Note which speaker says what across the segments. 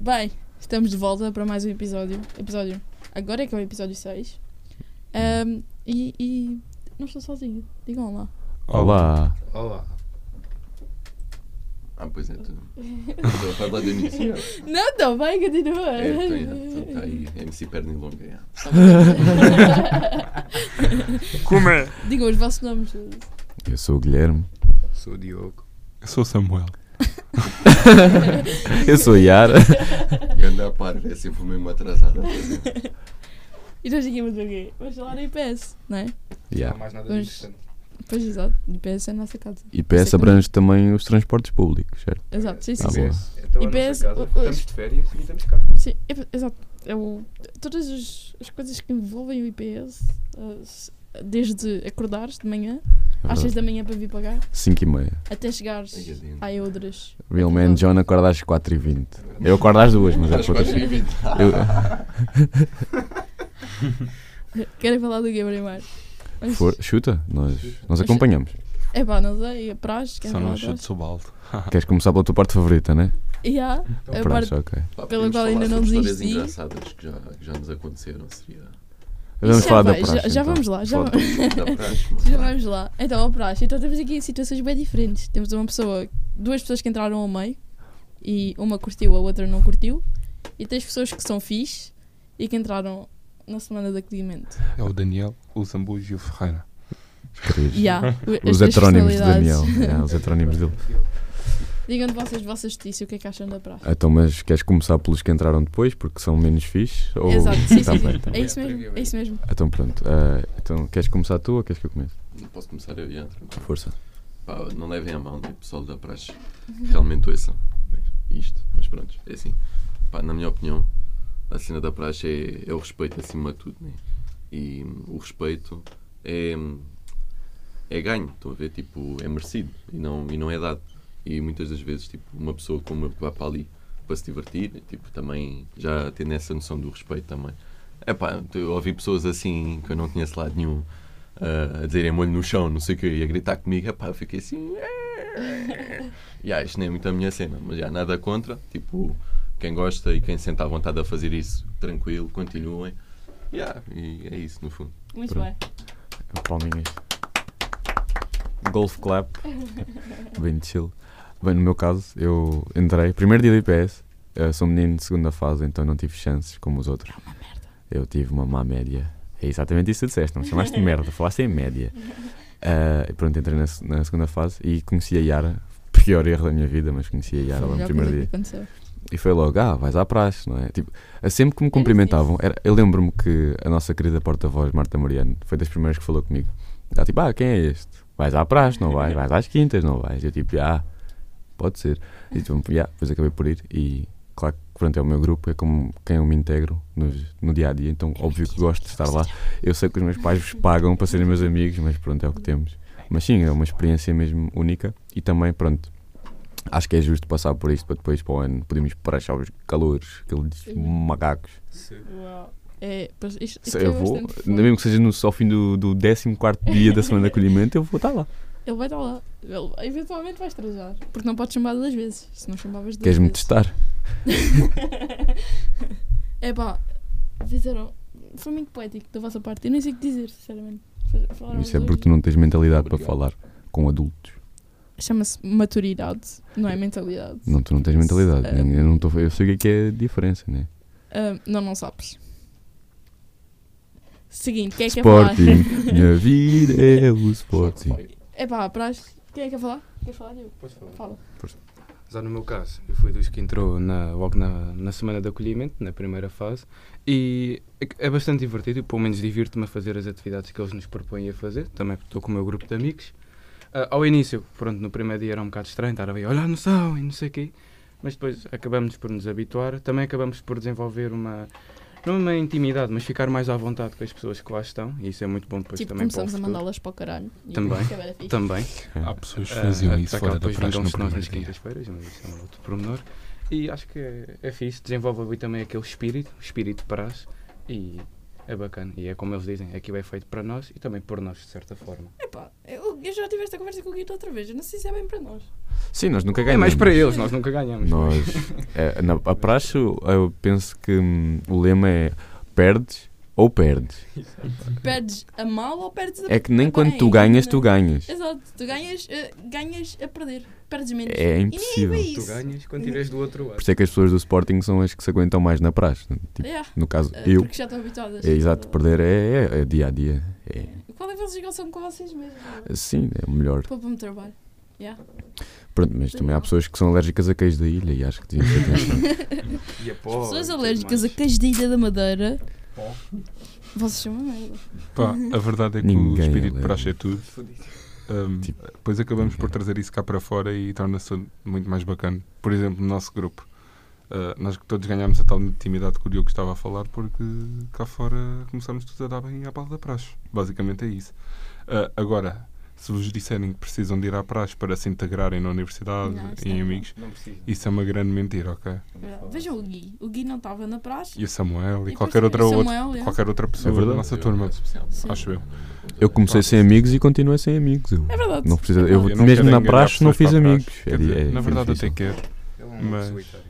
Speaker 1: Bem, estamos de volta para mais um episódio. Episódio. Agora é que é o episódio 6. e, e não estou sozinho. Digam lá.
Speaker 2: Olá.
Speaker 3: Olá. Ah, pois é, tu. Perdão, Faz lá do início.
Speaker 1: Não, estou bem, continua.
Speaker 3: É, então, é, então tá aí, MC Pernilonga. é.
Speaker 4: Como é?
Speaker 1: Digam os vossos nomes.
Speaker 2: Eu sou o Guilherme.
Speaker 3: Sou o Diogo.
Speaker 4: Eu sou o Samuel.
Speaker 2: Eu sou a Yara.
Speaker 3: Ganda par, é sempre o mesmo atrasado.
Speaker 1: E nós aqui vamos o quê? Vamos falar em PS, não é?
Speaker 5: Não há
Speaker 2: Yeah.
Speaker 5: mais nada
Speaker 1: Mas-
Speaker 5: de interessante.
Speaker 1: Pois exato, IPS é a nossa casa.
Speaker 2: E PS abrange também os transportes públicos, certo?
Speaker 1: Exato, sim, sim.
Speaker 2: Ah,
Speaker 1: sim.
Speaker 2: boa.
Speaker 5: Então,
Speaker 1: E
Speaker 5: a nossa
Speaker 1: pensa-
Speaker 5: casa,
Speaker 1: o- o-
Speaker 5: estamos de férias e estamos cá.
Speaker 1: Sim, é- exato. É o- todas as, as coisas que envolvem o IPS, eh, se- desde acordares de manhã, às 6 da manhã para vir pagar,
Speaker 2: 5 É e meia.
Speaker 1: até chegares
Speaker 3: Ai, adendo.
Speaker 1: a Eudras.
Speaker 2: Real Man John acorda às 4 e 20 Eu acordo às 2, mas é
Speaker 3: Às
Speaker 2: por outras-
Speaker 3: 4h20.
Speaker 2: Eu... eh,
Speaker 1: Querem falar do Gamer Mar?
Speaker 2: For... Chuta, nós, nós acompanhamos.
Speaker 1: É pá, não sei, é praxe, querem
Speaker 4: Só não
Speaker 1: falar
Speaker 4: chute
Speaker 1: praxe?
Speaker 4: sou balde.
Speaker 2: Queres começar pela tua parte favorita, né?
Speaker 1: E há a
Speaker 2: Pronto,
Speaker 1: parte
Speaker 2: ok.
Speaker 3: Pá,
Speaker 1: Pelo
Speaker 3: podíamos
Speaker 1: qual
Speaker 3: falar
Speaker 1: ainda não
Speaker 3: sobre histórias
Speaker 1: desisti.
Speaker 3: engraçadas que já, que já nos aconteceram. Seria.
Speaker 2: Vamos
Speaker 1: já
Speaker 2: falar da
Speaker 1: vai, é já-
Speaker 2: praxe.
Speaker 1: já
Speaker 2: então.
Speaker 1: vamos lá, já
Speaker 2: Fala
Speaker 1: vamos.
Speaker 3: Da praxe, mano.
Speaker 1: Já vamos lá. Então, a praxe. Então, temos aqui situações bem diferentes. Temos uma pessoa, duas pessoas que entraram ao meio e uma curtiu, a outra não curtiu. E tens pessoas que são fixe e que entraram na semana de acolhimento.
Speaker 4: É o Daniel, o Zambujo e o Ferreira.
Speaker 2: Três.
Speaker 1: E há as
Speaker 2: Os
Speaker 1: três
Speaker 2: heterónimos de
Speaker 1: personalidades.
Speaker 2: Daniel. yeah, os heterónimos dele.
Speaker 1: Digam de vocês, vossas notícias, o que é que acham da praxe?
Speaker 2: Então, mas queres começar pelos que entraram depois, porque são menos fixe? Ou...
Speaker 1: Exato, sim,
Speaker 2: Tá
Speaker 1: sim,
Speaker 2: bem,
Speaker 1: sim.
Speaker 2: tá bem.
Speaker 1: É isso mesmo, é isso mesmo.
Speaker 2: Então pronto. ah, então, queres começar tu ou queres que eu comece?
Speaker 3: Não posso começar eu já. tranquilo.
Speaker 2: Força.
Speaker 3: Pá, não levem a mão, né? pessoal da praxe. Realmente ouçam isto. Mas pronto, é assim. Pá, na minha opinião, a cena da praxe é, é o respeito acima de tudo. Né? E hum, o respeito é, hum, é ganho, estão a ver? Tipo, é merecido e não, e não é dado. E muitas das vezes, tipo, uma pessoa como eu que vai para ali para se divertir, tipo, também já tendo essa noção do respeito também. É pá, eu ouvi pessoas assim que eu não conheço lado nenhum ah, a dizerem molho no chão, não sei o quê, e a gritar comigo, é pá, eu fiquei assim. yeah, isto nem é muito a minha cena, mas já nada contra. Tipo, quem gosta e quem sente à vontade a fazer isso, tranquilo, continuem. Yeah, e é isso, no fundo.
Speaker 1: Muito
Speaker 2: Pronto.
Speaker 1: bem.
Speaker 2: Palminhas. Golf clap. Bem chill. Bem, no meu caso, eu entrei. Primeiro dia do IPS. eh, sou menino de segunda fase, então não tive chances como os outros. Eu tive uma má média. É exatamente isso que tu disseste. Não me chamaste de merda, falaste em média. Ah, e pronto, entrei na, se- na segunda fase e conheci a Yara. Pior erro da minha vida, mas conheci a
Speaker 1: Foi a
Speaker 2: Yara lá no
Speaker 1: melhor
Speaker 2: primeiro
Speaker 1: coisa
Speaker 2: dia.
Speaker 1: que aconteceu.
Speaker 2: E foi logo, ah, vais à praxe, não é? Tipo, a sempre que me cumprimentavam, era, eu lembro-me que a nossa querida porta-voz, Marta Mariano, foi das primeiras que falou comigo. Ela tipo, ah, quem é este? Vais à praxe, não vais? Vais às quintas, não vais? Eu tipo, ah, pode ser. E tipo, yeah, depois acabei por ir e, claro, que pronto, é o meu grupo, é como quem eu me integro nos- no dia a dia, então óbvio que gosto de estar lá. Eu sei que os meus pais vos pagam para serem meus amigos, mas pronto, é o que temos. Mas sim, é uma experiência mesmo única e também, pronto, acho que é justo passar por isto para depois para o ano podemos parachar os calores, aqueles macacos.
Speaker 1: Uau. É, pois isto, isto
Speaker 2: Se
Speaker 1: é
Speaker 2: eu vou,
Speaker 1: bastante profundo.
Speaker 2: mesmo que seja no, ao fim do, do 14 dia da semana de acolhimento, eu vou estar lá.
Speaker 1: Ele vai estar lá. Ele eventualmente vai trajar. Porque não podes chamar duas vezes. Se não chamavas duas
Speaker 2: Queres-me
Speaker 1: vezes.
Speaker 2: testar?
Speaker 1: é pá, disseram. Foi muito poético da vossa parte. Eu nem sei o que dizer, sinceramente. Falaram
Speaker 2: Isso é
Speaker 1: os
Speaker 2: porque tu
Speaker 1: dois.
Speaker 2: não tens mentalidade para
Speaker 3: Obrigado.
Speaker 2: falar com adultos.
Speaker 1: Chama-se maturidade, não é mentalidade.
Speaker 2: Não, tu não tens mentalidade.
Speaker 1: É.
Speaker 2: Eu, não tô, eu sei o que é que é a diferença, né?
Speaker 1: Ah, não, não sabes. Seguinte, quem é que é falar?
Speaker 2: Sporting, minha vida é o Sporting.
Speaker 1: É pá, praxe. Quem é que é falar? Quer falar? Eu.
Speaker 5: Pois foi.
Speaker 1: Fala.
Speaker 5: Já no meu caso, eu fui dos que entrou na, logo na, na semana de acolhimento, na primeira fase, e é, que é bastante divertido, pelo menos divirto-me a fazer as atividades que eles nos propõem a fazer, também porque estou com o meu grupo de amigos. Ah, ao início, pronto, no primeiro dia era um bocado estranho, estar a ver, olha a noção e não sei o quê, mas depois acabamos por nos habituar, também acabamos por desenvolver uma, não uma intimidade, mas ficar mais à vontade com as pessoas que lá estão, e isso é muito bom depois
Speaker 1: tipo,
Speaker 5: também para o
Speaker 1: começamos a
Speaker 5: futuro.
Speaker 1: mandá-las para o caralho. E
Speaker 5: Também.
Speaker 1: isso era fixe.
Speaker 5: Também.
Speaker 4: Há pessoas que faziam
Speaker 5: Ah,
Speaker 4: isso
Speaker 5: até
Speaker 4: fora
Speaker 5: cá
Speaker 4: da
Speaker 5: depois
Speaker 4: praxe no
Speaker 5: vingam-se nós nas
Speaker 4: primeiro dia.
Speaker 5: quintas-feiras, mas isso é um outro pormenor. E acho que é, é fixe, desenvolve ali também aquele espírito, o espírito de praxe, é e é bacana. E é como eles dizem, aquilo é feito para nós e também por nós, de certa forma.
Speaker 1: Epá, eu eu já tive esta conversa com o Guido outra vez. Eu não sei se é bem para nós.
Speaker 2: Sim, nós nunca
Speaker 5: É
Speaker 2: ganhamos.
Speaker 5: mais para eles, nós nunca ganhamos.
Speaker 2: Nós, é, na, a praxe, eu penso que hum, o lema é perdes ou perdes.
Speaker 1: Perdes a mal ou perdes a
Speaker 2: É que nem
Speaker 1: a
Speaker 2: quando
Speaker 1: bem,
Speaker 2: tu ganhas,
Speaker 1: né?
Speaker 2: tu ganhas.
Speaker 1: Exato, tu ganhas, eh, ganhas a perder, perdes menos.
Speaker 2: É
Speaker 1: E
Speaker 2: impossível.
Speaker 1: nem é
Speaker 5: Tu
Speaker 1: isso.
Speaker 5: ganhas quando tiras do outro
Speaker 2: Por
Speaker 5: lado.
Speaker 2: isso é que as pessoas do Sporting são as que se aguentam mais na praxe. né? Tipo,
Speaker 1: Yeah,
Speaker 2: no caso,
Speaker 1: eh,
Speaker 2: eu.
Speaker 1: Porque já estão habituadas.
Speaker 2: É exato, perder é, é- é dia a dia. É,
Speaker 1: Qual é a vossa ligação com vocês mesmos?
Speaker 2: sim, é o melhor.
Speaker 1: Poupa-me trabalho. Yeah.
Speaker 2: Pronto, mas também há pessoas que são alérgicas a queijo da ilha e acho que deviam ter atenção.
Speaker 4: é
Speaker 5: E a pó,
Speaker 1: As pessoas
Speaker 5: e tudo
Speaker 1: alérgicas a
Speaker 5: mais.
Speaker 1: queijo da Ilha da Madeira. Vocês chamam merda.
Speaker 4: Pá, a verdade é que o
Speaker 2: Ninguém
Speaker 4: espírito
Speaker 2: lembra.
Speaker 4: de praxe é tudo. Ahm,
Speaker 2: Tipo,
Speaker 4: depois acabamos por
Speaker 2: ninguém.
Speaker 4: trazer isso cá para fora e torna-se muito mais bacana. Por exemplo, no nosso grupo. Ah, nós que todos ganhámos a tal intimidade que o Diogo estava a falar porque cá fora começámos todos a dar bem à bala da praxe. Basicamente é isso. Ah, agora, se vos disserem que precisam de ir à praxe para se integrarem na universidade
Speaker 1: Não, isso
Speaker 4: e em
Speaker 1: não.
Speaker 4: amigos,
Speaker 5: Não precisa.
Speaker 4: isso é uma grande mentira, ok?
Speaker 1: Verdade. Vejam o Gui. O Gui não estava na praxe.
Speaker 4: E o Samuel e,
Speaker 1: depois
Speaker 4: qualquer, outra,
Speaker 1: também o
Speaker 4: outra,
Speaker 1: Samuel, yeah.
Speaker 4: qualquer outra pessoa da
Speaker 2: É verdade.
Speaker 4: nossa
Speaker 3: Eu-
Speaker 4: turma,
Speaker 3: é especial.
Speaker 1: Sim.
Speaker 4: acho eu.
Speaker 2: eu comecei sem amigos e continuei sem amigos. Eu
Speaker 1: É verdade.
Speaker 2: não precisa,
Speaker 1: É
Speaker 2: eu,
Speaker 1: verdade.
Speaker 4: não
Speaker 2: mesmo
Speaker 4: quero
Speaker 2: na
Speaker 4: enganar
Speaker 2: praxe não
Speaker 4: pessoas
Speaker 2: fiz
Speaker 4: para a praxe.
Speaker 2: amigos. É
Speaker 4: Quer dizer, na verdade, até quero.
Speaker 5: Ele é um
Speaker 4: Mas-
Speaker 5: solitário.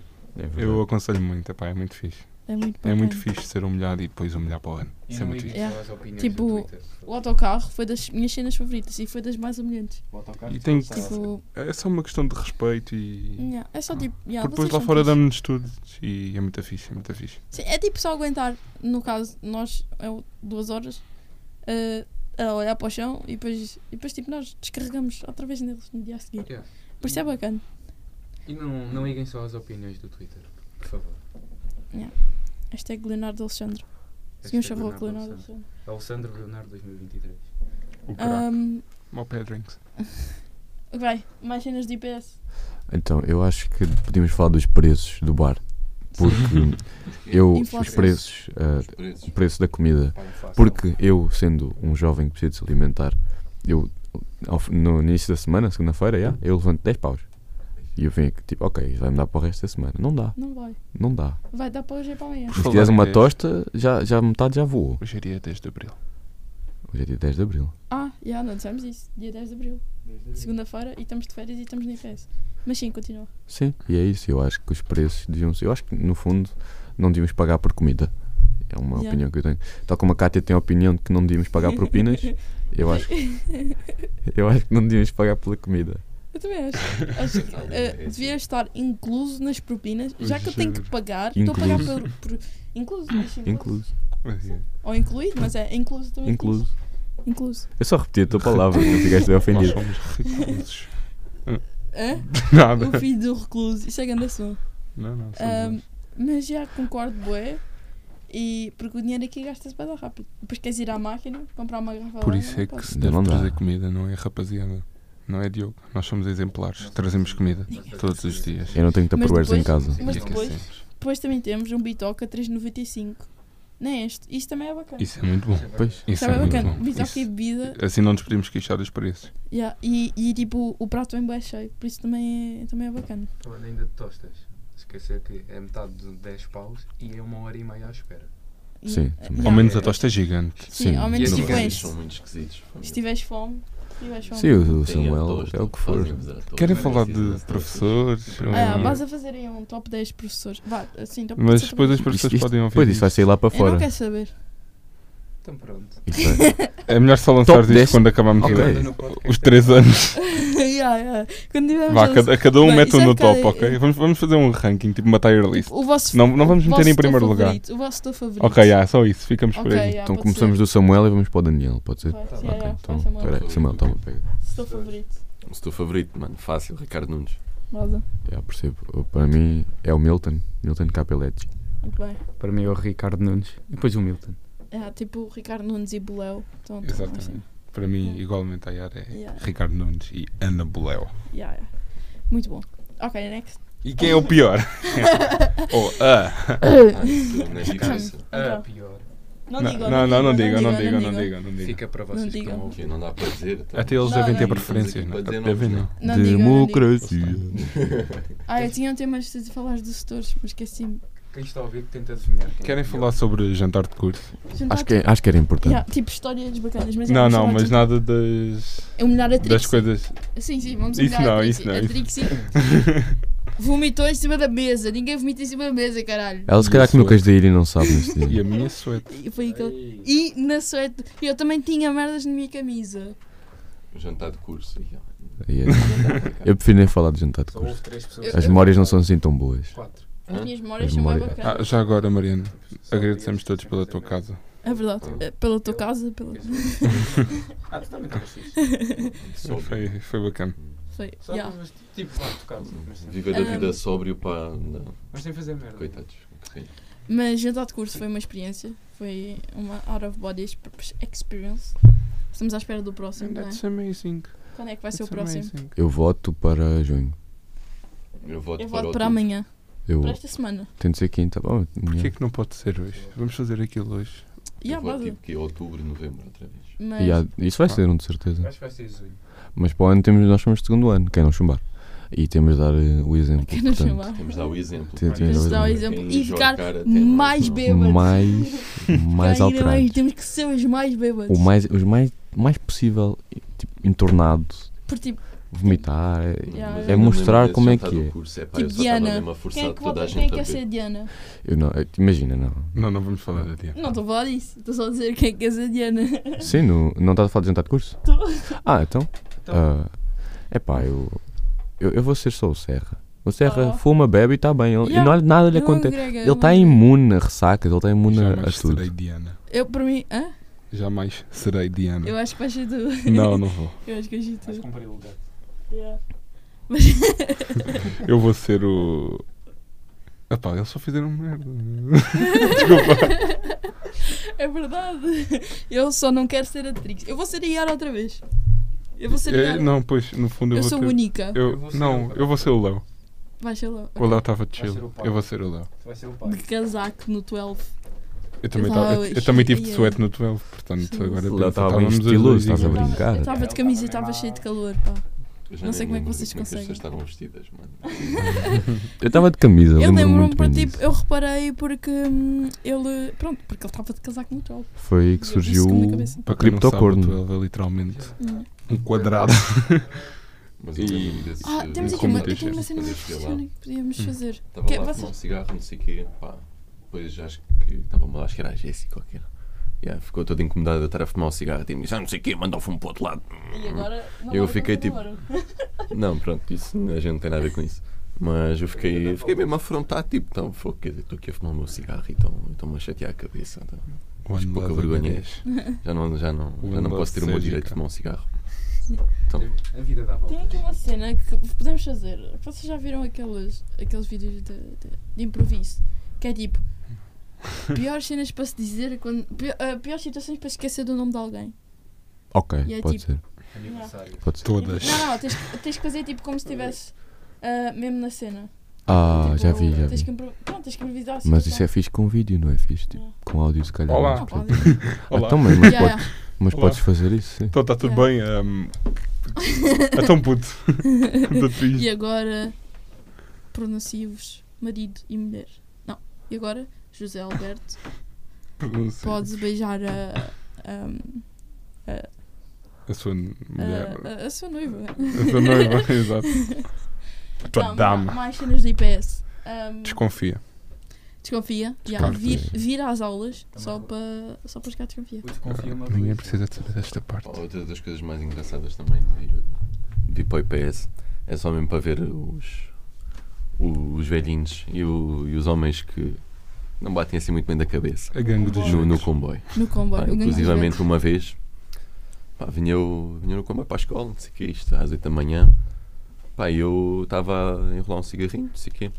Speaker 4: Eu aconselho muito, epá, é muito fixe.
Speaker 1: É muito
Speaker 4: É
Speaker 1: bacana.
Speaker 4: muito fixe ser humilhado e depois humilhar para o ano.
Speaker 5: E
Speaker 4: Isso é
Speaker 5: não
Speaker 4: muito
Speaker 5: ligues
Speaker 4: fixe.
Speaker 1: Yeah.
Speaker 5: às opiniões
Speaker 1: Tipo,
Speaker 5: do Twitter.
Speaker 1: O autocarro foi das minhas cenas favoritas e foi das mais humilhantes.
Speaker 5: O autocarro
Speaker 4: E tem
Speaker 5: só
Speaker 4: que-
Speaker 5: sabe.
Speaker 1: Tipo,
Speaker 4: É só uma questão de respeito e.
Speaker 1: yeah, é só tipo. Yeah,
Speaker 4: Porque depois
Speaker 1: vocês
Speaker 4: lá
Speaker 1: são
Speaker 4: fora
Speaker 1: fixe.
Speaker 4: damos-nos tudo e é muito fixe, é muito fixe.
Speaker 1: Sim, é tipo só aguentar, no caso, nós é o- duas horas eh, a olhar para o chão e depois, e depois tipo, nós descarregamos outra vez neles no dia a seguir.
Speaker 5: Yeah.
Speaker 1: Por isso é bacana.
Speaker 5: E não, não liguem só às opiniões do Twitter, por favor.
Speaker 1: Hashtag Leonardo Alexandre. Seguiam
Speaker 5: Hashtag
Speaker 1: Chavou
Speaker 5: Leonardo
Speaker 1: Leonardo
Speaker 5: Alexandre.
Speaker 1: Alexandre.
Speaker 5: Alessandro Leonardo 2023.
Speaker 4: O crack.
Speaker 1: Um,
Speaker 4: Mau pé drinks.
Speaker 1: vai, mais cenas de IPS.
Speaker 2: Então, eu acho que podíamos falar dos preços do bar. Porque eu,
Speaker 1: Inflação.
Speaker 2: os preços, ah,
Speaker 3: Os preços.
Speaker 2: o preço da comida,
Speaker 5: Pagam fácil.
Speaker 2: Porque eu, sendo um jovem que precisa de se alimentar, eu, ao fi- no início da semana, segunda-feira, já, eu levanto 10 paus. E eu venho aqui, tipo, ok, vai me dar para o resto da semana. Não dá,
Speaker 1: Não vai.
Speaker 2: não dá.
Speaker 1: Vai dar para hoje e para amanhã.
Speaker 4: Por
Speaker 2: Se
Speaker 4: falar
Speaker 2: tiveres
Speaker 4: em
Speaker 2: uma
Speaker 4: 10,
Speaker 2: tosta, já, já metade já voou.
Speaker 4: Hoje é dia 10 de abril.
Speaker 2: Hoje é dia 10 de abril.
Speaker 1: Ah, já, não dissemos isso. Dia 10 de abril. Segunda-feira e estamos de férias e estamos no IPS. Mas sim, continua.
Speaker 2: Sim, e é isso. Eu acho que os preços deviam ser. Eu acho que, no fundo, não devíamos pagar por comida. É uma
Speaker 1: Yeah.
Speaker 2: opinião que eu tenho. Tal como a Kátia tem a opinião de que não devíamos pagar propinas, eu acho, eu acho que não devíamos pagar pela comida.
Speaker 1: Eu também acho. acho que, eh,
Speaker 4: É
Speaker 1: devia estar incluso nas propinas, já que eu tenho que pagar, estou a pagar por. por- incluso, acho incluso.
Speaker 2: Incluso.
Speaker 4: Mas, é.
Speaker 1: Ou incluído, mas é incluso também.
Speaker 2: Incluso.
Speaker 1: diz. Incluso.
Speaker 2: Eu só repeti a tua palavra, que eu ficaste
Speaker 4: Nós
Speaker 2: ofendido.
Speaker 4: somos reclusos.
Speaker 1: Hã?
Speaker 4: Nada. é
Speaker 1: O filho do recluso, isso é grande assunto.
Speaker 4: Não, não.
Speaker 1: Ahm,
Speaker 4: somos-
Speaker 1: mas já concordo, bué. E porque o dinheiro aqui gasta-se bem rápido. Depois queres ir à máquina, comprar uma garrafa
Speaker 4: Por
Speaker 1: lá,
Speaker 4: isso
Speaker 1: não
Speaker 4: é
Speaker 1: podes.
Speaker 4: que se
Speaker 2: Ainda
Speaker 4: deve
Speaker 2: não dá.
Speaker 4: trazer comida, não é rapaziada. Não é Diogo. Nós somos exemplares. Trazemos comida todos os dias.
Speaker 2: Eu não tenho tupperwares em
Speaker 1: depois-
Speaker 2: casa.
Speaker 1: mas
Speaker 4: E
Speaker 1: depois-
Speaker 4: aquecemos.
Speaker 1: Depois também temos um bitoca 3,95. Nem este. Isto também é bacana.
Speaker 4: Isso é muito bom.
Speaker 2: Pois,
Speaker 4: Isso
Speaker 1: Isto
Speaker 4: é
Speaker 1: é
Speaker 4: muito
Speaker 1: bacana.
Speaker 4: bom.
Speaker 1: Bitoca e
Speaker 4: Isso-
Speaker 1: bebida.
Speaker 4: Assim não nos podemos queixar dos preços.
Speaker 1: Yeah, e, e tipo, o prato vem bem cheio, por isso também é, também é bacana.
Speaker 5: Falando ainda de tostas. Esquecer que é metade de 10 paus e é uma hora e meia à espera.
Speaker 1: E- eh,
Speaker 2: Sim, também.
Speaker 4: Ao
Speaker 1: yeah.
Speaker 4: menos a tosta é gigante.
Speaker 1: Sim,
Speaker 2: Sim,
Speaker 1: ao
Speaker 3: E
Speaker 1: menos
Speaker 3: esses
Speaker 5: não
Speaker 1: tipo
Speaker 5: faz.
Speaker 4: é
Speaker 3: gajos
Speaker 1: este.
Speaker 3: são muito esquisitos.
Speaker 1: Se tiveres fome, se tiveres fome.
Speaker 2: Sim, o, o
Speaker 3: Têm tipo, a
Speaker 2: Samuel
Speaker 3: tosta,
Speaker 2: é o que for.
Speaker 3: fazem-vos a tosta,
Speaker 4: Querem
Speaker 3: fazem-vos
Speaker 4: falar
Speaker 3: isso
Speaker 4: de
Speaker 3: nas
Speaker 4: professores? Hum.
Speaker 1: Ah,
Speaker 4: Ou-
Speaker 1: vais a fazer aí um top 10 professores. Vá, assim, top
Speaker 4: Mas
Speaker 1: 10
Speaker 4: depois as
Speaker 2: Isto-
Speaker 4: pessoas
Speaker 2: isto-
Speaker 4: podem ouvir.
Speaker 2: Pois, isso vai sair lá para
Speaker 1: Eu não
Speaker 2: fora.
Speaker 1: quero saber.
Speaker 5: Então pronto.
Speaker 2: Isso é-
Speaker 4: É melhor só
Speaker 2: Top
Speaker 4: lançar isto
Speaker 2: 10.
Speaker 4: quando acabarmos
Speaker 2: Ok.
Speaker 4: okay.
Speaker 5: Manda no podcast.
Speaker 4: os 3 anos.
Speaker 1: yeah, yeah. Quando tivermos
Speaker 4: Vá,
Speaker 1: a-
Speaker 4: cada, cada um
Speaker 1: Bem,
Speaker 4: mete
Speaker 1: isso
Speaker 4: um
Speaker 1: é
Speaker 4: no
Speaker 1: um bocado-
Speaker 4: top, ok? Vamos, vamos fazer um ranking, tipo uma tier list.
Speaker 1: o vosso
Speaker 4: Não, não vamos
Speaker 1: o
Speaker 4: meter em
Speaker 1: vosso
Speaker 4: primeiro
Speaker 1: teu
Speaker 4: lugar.
Speaker 1: favorito, O vosso teu favorito.
Speaker 4: Ok, yeah, só isso, ficamos por
Speaker 1: Ok,
Speaker 4: aí.
Speaker 1: yeah,
Speaker 2: Então
Speaker 1: pode
Speaker 2: começamos
Speaker 1: ser.
Speaker 2: do Samuel e vamos para o Daniel, pode ser?
Speaker 1: Vai,
Speaker 5: Tá,
Speaker 1: sim,
Speaker 5: ok,
Speaker 1: yeah,
Speaker 2: Então,
Speaker 1: vai, Samuel.
Speaker 2: espera aí, Samuel, toma, pega.
Speaker 1: Se teu favorito.
Speaker 3: tosta. Se o teu favorito, mano, fácil, Ricardo Nunes.
Speaker 1: Rosa.
Speaker 2: Já percebo. É, Eu, Para mim é o Milton, Milton Capelletti.
Speaker 1: Muito bem.
Speaker 5: Para mim é o Ricardo Nunes e depois o Milton.
Speaker 1: É, tipo o Ricardo Nunes e Boleu. Então, então,
Speaker 4: Exatamente. Para mim, igualmente a Yara é
Speaker 1: Yeah.
Speaker 4: Ricardo Nunes e Ana Boleo.
Speaker 1: assim, yeah, yeah. Muito bom. Ok, next.
Speaker 4: E quem é o pior? Ou a.
Speaker 3: Ah, isso não é difícil.
Speaker 1: Então.
Speaker 5: pior.
Speaker 1: Não
Speaker 4: Não,
Speaker 1: digam,
Speaker 4: não, não, não digam,
Speaker 1: digam,
Speaker 4: não digam, não digam, não digam.
Speaker 5: Fica para vocês que
Speaker 1: digam.
Speaker 3: Ok,
Speaker 5: não ouvem.
Speaker 3: Não dá para dizer. então.
Speaker 4: Até eles
Speaker 1: Não,
Speaker 4: devem
Speaker 1: não, é
Speaker 4: ter
Speaker 1: não.
Speaker 4: preferências, não? é?
Speaker 3: Estamos aqui para dizer
Speaker 4: Devem
Speaker 3: nomes, né?
Speaker 4: não.
Speaker 1: Não digam, não digam.
Speaker 2: Democracia.
Speaker 1: Ah, eu tinha um tema antes de falar dos setores, mas esqueci-me.
Speaker 5: quem está a ouvir que tenta adivinhar. quem é
Speaker 4: Querem
Speaker 5: que é.
Speaker 4: falar sobre jantar de curso?
Speaker 1: Jantar
Speaker 2: Acho que, é- acho que era importante.
Speaker 1: Yeah, tipo histórias bacanas, mas
Speaker 4: Não,
Speaker 1: vamos
Speaker 4: não,
Speaker 1: chamar
Speaker 4: mas
Speaker 1: de-
Speaker 4: nada das,
Speaker 1: É humilhar a
Speaker 4: das
Speaker 1: Trixie.
Speaker 4: coisas.
Speaker 1: Sim, sim, vamos
Speaker 4: Isso
Speaker 1: humilhar
Speaker 4: não,
Speaker 1: a
Speaker 4: isso
Speaker 1: Trixie.
Speaker 4: não,
Speaker 1: a
Speaker 4: isso-
Speaker 1: Trixie vomitou em cima da mesa. Ninguém vomita em cima da mesa, caralho.
Speaker 4: É.
Speaker 2: Ela se calhar comeu queijo da ilha e não sabe neste
Speaker 4: E a
Speaker 2: dia.
Speaker 4: minha suéte.
Speaker 1: E foi aquele... E na suéte, eu também tinha merdas na minha camisa.
Speaker 3: Jantar de curso. e, ah,
Speaker 2: Yeah. é. Eu prefiro nem falar de jantar de
Speaker 5: Só
Speaker 2: curso.
Speaker 5: houve três pessoas.
Speaker 1: Eu-
Speaker 2: As memórias não são assim tão boas.
Speaker 5: Quatro.
Speaker 1: As
Speaker 3: Hã?
Speaker 1: minhas memórias
Speaker 2: As
Speaker 1: são bem
Speaker 2: memórias.
Speaker 1: bacanas.
Speaker 4: É? Ah, já agora, Mariana, agradecemos todos pela tua casa.
Speaker 1: É verdade.
Speaker 4: Ah.
Speaker 1: É, Pela tua casa, pela...
Speaker 5: Ah, tu também estavas fixe.
Speaker 3: sóbrio.
Speaker 4: Foi, foi bacana.
Speaker 1: Foi.
Speaker 5: Só
Speaker 1: Yeah.
Speaker 5: mas tipo, vá, tocado. Mas sem-
Speaker 3: Viver a
Speaker 1: Ah.
Speaker 3: vida sóbrio, pá. Não.
Speaker 5: mas sem fazer merda.
Speaker 3: Coitados. Ok.
Speaker 1: Mas jantar de curso foi uma experiência. Foi uma out of body exp- experience. Estamos à espera do próximo, não é?
Speaker 4: That's amazing.
Speaker 1: Quando é que vai ser o
Speaker 4: That's
Speaker 1: próximo?
Speaker 4: amazing.
Speaker 2: Eu voto para junho.
Speaker 3: Eu voto
Speaker 1: Eu voto
Speaker 3: para o
Speaker 1: para
Speaker 3: outubro.
Speaker 1: amanhã.
Speaker 2: Eu
Speaker 1: Para esta semana.
Speaker 2: tento ser quinta. Bom,
Speaker 4: Porquê
Speaker 2: yeah.
Speaker 4: que não pode ser hoje? Vamos fazer aquilo hoje.
Speaker 1: E a
Speaker 3: Eu voto
Speaker 1: base.
Speaker 3: tipo que é outubro, novembro, outra vez.
Speaker 1: Mas
Speaker 2: Yeah, isso vai ser um de certeza.
Speaker 5: Acho que vai ser junho.
Speaker 2: Mas para o ano temos, nós somos de segundo ano, quem não chumbar. E temos de dar eh, o exemplo.
Speaker 1: quem nos
Speaker 2: portanto,
Speaker 1: chamar?
Speaker 3: Temos de dar o exemplo.
Speaker 2: Tem- tem
Speaker 3: Quem
Speaker 2: de dar o
Speaker 1: exemplo.
Speaker 3: nos
Speaker 1: E
Speaker 3: joga
Speaker 1: ficar
Speaker 3: cara, tem
Speaker 1: mais
Speaker 3: não.
Speaker 1: bêbados.
Speaker 2: mais, mais
Speaker 1: Ainda bem,
Speaker 2: alterados.
Speaker 1: é Temos que ser os mais bêbados.
Speaker 2: O mais, os mais, mais possível, tipo, entornado,
Speaker 1: Por tipo,
Speaker 2: vomitar. é-
Speaker 1: Yeah,
Speaker 3: Mas
Speaker 1: é
Speaker 3: eu não
Speaker 2: mostrar
Speaker 3: lembro desse
Speaker 2: como é
Speaker 3: jantar
Speaker 2: que
Speaker 3: do
Speaker 2: é.
Speaker 3: curso, pá,
Speaker 1: Tipo
Speaker 3: eu só
Speaker 1: Diana.
Speaker 3: estava mesmo a forçar
Speaker 1: quem é que,
Speaker 3: toda a
Speaker 1: vota,
Speaker 3: gente
Speaker 1: quem é
Speaker 3: a
Speaker 1: que quer
Speaker 3: ver.
Speaker 1: ser Diana?
Speaker 2: Eu não, eu- imagina, não.
Speaker 4: Não, não vamos falar a dia.
Speaker 1: Não estou a falar disso. Estou só a dizer quem é que quer ser Diana.
Speaker 2: Sim, no, não estás a falar de jantar de curso?
Speaker 1: Tô.
Speaker 2: Ah, então.
Speaker 5: Então.
Speaker 2: é pá, eu, eu. eu vou ser só o Serra. O Serra
Speaker 1: Oh.
Speaker 2: fuma, bebe e está bem. Ele,
Speaker 1: Yeah.
Speaker 2: e não, nada lhe
Speaker 1: Eu não
Speaker 2: acontece.
Speaker 1: agrego,
Speaker 2: Ele
Speaker 1: eu
Speaker 4: tá
Speaker 2: está
Speaker 1: não-
Speaker 2: imune a ressacas, ele está imune a, a
Speaker 4: Jamais
Speaker 2: tudo.
Speaker 4: serei Diana.
Speaker 1: Eu, para mim, hã?
Speaker 4: Jamais serei Diana.
Speaker 1: Eu acho que vais ser tu.
Speaker 4: Não, não vou.
Speaker 1: Eu acho que vais ser
Speaker 5: Mas
Speaker 1: tu.
Speaker 5: comprei o lugar.
Speaker 1: Yeah.
Speaker 4: Eu vou ser o. Epá, eles só fizeram merda. Desculpa.
Speaker 1: É verdade. Eu só não quero ser atriz. Eu vou ser a Yara outra vez. Eu vou ser a
Speaker 4: É,
Speaker 1: Yara.
Speaker 4: não, pois, no fundo eu,
Speaker 1: eu
Speaker 4: vou
Speaker 1: sou
Speaker 4: ter-
Speaker 1: única.
Speaker 4: Eu,
Speaker 5: Eu vou ser
Speaker 4: não,
Speaker 5: o-
Speaker 4: eu vou ser o Léo.
Speaker 1: Vai ser lá.
Speaker 4: O Léo estava
Speaker 5: ser
Speaker 4: chill.
Speaker 5: o Paulo.
Speaker 4: Eu vou ser o Léo.
Speaker 5: Tu vais ser o pai.
Speaker 1: De casaco no 12.
Speaker 4: Eu também,
Speaker 1: Eu
Speaker 4: tava-
Speaker 1: tava
Speaker 4: eu, eu também tive
Speaker 1: cheia.
Speaker 4: de suéte no 12, portanto
Speaker 1: Sim.
Speaker 4: agora
Speaker 2: O
Speaker 4: penso,
Speaker 2: Léo estava bem
Speaker 4: estávamos os
Speaker 2: estiloso,
Speaker 4: dois
Speaker 2: estás a
Speaker 4: iguais.
Speaker 2: brincar.
Speaker 1: Eu estava de camisa e estava cheio de calor, pá.
Speaker 3: Eu já
Speaker 1: Não
Speaker 3: nem
Speaker 1: sei como é que
Speaker 3: lembro
Speaker 1: vocês
Speaker 3: como é que as
Speaker 1: conseguem.
Speaker 3: pessoas estavam vestidas, mano.
Speaker 2: Eu estava de camisa,
Speaker 1: Eu
Speaker 2: lembro-me
Speaker 1: lembro-me,
Speaker 2: muito
Speaker 1: por
Speaker 2: bem
Speaker 1: tipo,
Speaker 2: disso.
Speaker 1: eu reparei porque hum, ele. Pronto, porque ele estava de casaco no 12.
Speaker 2: Foi aí que
Speaker 1: E eu disse
Speaker 2: surgiu
Speaker 1: com a minha cabeça.
Speaker 4: Para quem não sabe, o
Speaker 2: Criptocorno.
Speaker 4: 12 é literalmente
Speaker 1: Hum.
Speaker 4: um quadrado.
Speaker 3: Mas eu
Speaker 4: E-
Speaker 3: lembro-me desse.
Speaker 1: Ah, temos aqui
Speaker 4: como
Speaker 1: uma, eu
Speaker 4: t-shirt.
Speaker 1: tenho uma cena
Speaker 3: Quando
Speaker 1: mais
Speaker 3: eu cheguei lá,
Speaker 1: profissional que podíamos fazer.
Speaker 3: Estava
Speaker 1: Que-
Speaker 3: lá a
Speaker 1: vocês-
Speaker 3: fumar um cigarro, não sei o quê, pá. Depois acho que estava mal, acho que era a Jéssica ou o que era. Yeah, ficou toda incomodada de eu estar a fumar um cigarro. Tipo, disse, ah, não sei o quê, manda o fumo para o outro lado.
Speaker 1: E agora. não
Speaker 3: Eu
Speaker 1: vale
Speaker 3: fiquei,
Speaker 1: tanto
Speaker 3: tipo,
Speaker 1: agora.
Speaker 3: Não, pronto, isso a gente não tem nada a ver com isso. Mas eu fiquei, fiquei mesmo afrontado, tipo, então, fogo, quer dizer, estou aqui a fumar o meu cigarro e então, estou-me a chatear a cabeça. Então,
Speaker 4: One
Speaker 3: pouca
Speaker 4: Love
Speaker 3: vergonha.
Speaker 2: é
Speaker 4: Against.
Speaker 3: já não, já não,
Speaker 4: O
Speaker 3: já não
Speaker 4: Lula
Speaker 3: posso ter o meu
Speaker 4: Sérgio,
Speaker 3: direito de
Speaker 4: cara.
Speaker 3: fumar um cigarro. Então,
Speaker 5: A vida dá
Speaker 1: Tem
Speaker 5: voltas.
Speaker 1: aqui uma cena que podemos fazer. Vocês já viram aqueles, aqueles vídeos de, de- de improviso? Que é tipo. Piores cenas para se dizer quando. pi- ah, piores situações para esquecer do nome de alguém.
Speaker 2: Ok,
Speaker 1: E é
Speaker 2: pode
Speaker 1: tipo-
Speaker 2: ser.
Speaker 5: Aniversário.
Speaker 2: Pode ser.
Speaker 4: Todas.
Speaker 1: Não, não, tens, que- tens que fazer tipo como se estivesse ah, mesmo na cena.
Speaker 2: Ah,
Speaker 1: Tipo,
Speaker 2: já vi, já
Speaker 1: Tens que,
Speaker 2: vi.
Speaker 1: impro- pronto, tens que improvisar assim, a
Speaker 2: Mas
Speaker 1: situação.
Speaker 2: isso é fixe com vídeo, não é fixe? Tipo, com áudio se calhar.
Speaker 4: Olá.
Speaker 2: não
Speaker 1: Não,
Speaker 2: percebo.
Speaker 1: Ah, pode.
Speaker 4: Olá.
Speaker 2: Então, mas, mas,
Speaker 1: Yeah,
Speaker 2: podes, mas
Speaker 4: Olá.
Speaker 2: podes fazer isso, sim.
Speaker 4: Então está tudo
Speaker 1: Yeah.
Speaker 4: bem. ahm, É tão puto.
Speaker 2: Então,
Speaker 4: Estou triste.
Speaker 1: E agora pronuncio-vos marido e mulher. Não. E agora, José Alberto,
Speaker 4: Não sei.
Speaker 1: podes beijar a, a,
Speaker 4: A sua
Speaker 1: Ah.
Speaker 4: mulher.
Speaker 1: a- a- a sua noiva.
Speaker 4: A sua noiva, exato. A tua
Speaker 1: Não, ma-
Speaker 4: dama.
Speaker 1: Mais cenas de IPS. Ahm,
Speaker 4: Desconfia.
Speaker 1: desconfia. Yeah, vir,
Speaker 2: Desconfia.
Speaker 1: vir às aulas só para só para chegar desconfia.
Speaker 5: Eu te confio uma
Speaker 4: Ah, Ninguém
Speaker 5: coisa.
Speaker 4: precisa de saber desta parte.
Speaker 3: Pá, Outra das coisas mais engraçadas também de vir, de ir para o IPS é só mesmo para ver os, os velhinhos e, o- e os homens que não batem assim muito bem da cabeça
Speaker 4: A gangue dos
Speaker 3: no, no
Speaker 4: jogos.
Speaker 3: comboio.
Speaker 1: No
Speaker 3: Pá,
Speaker 1: comboio. Eu um ganho
Speaker 3: Ah, inclusivamente
Speaker 1: direto.
Speaker 3: uma vez pá, vinha, eu, vinha no comboio para a escola, não sei o que isto, às 8 da manhã, pá, e eu estava a enrolar um cigarrinho, não sei o quê.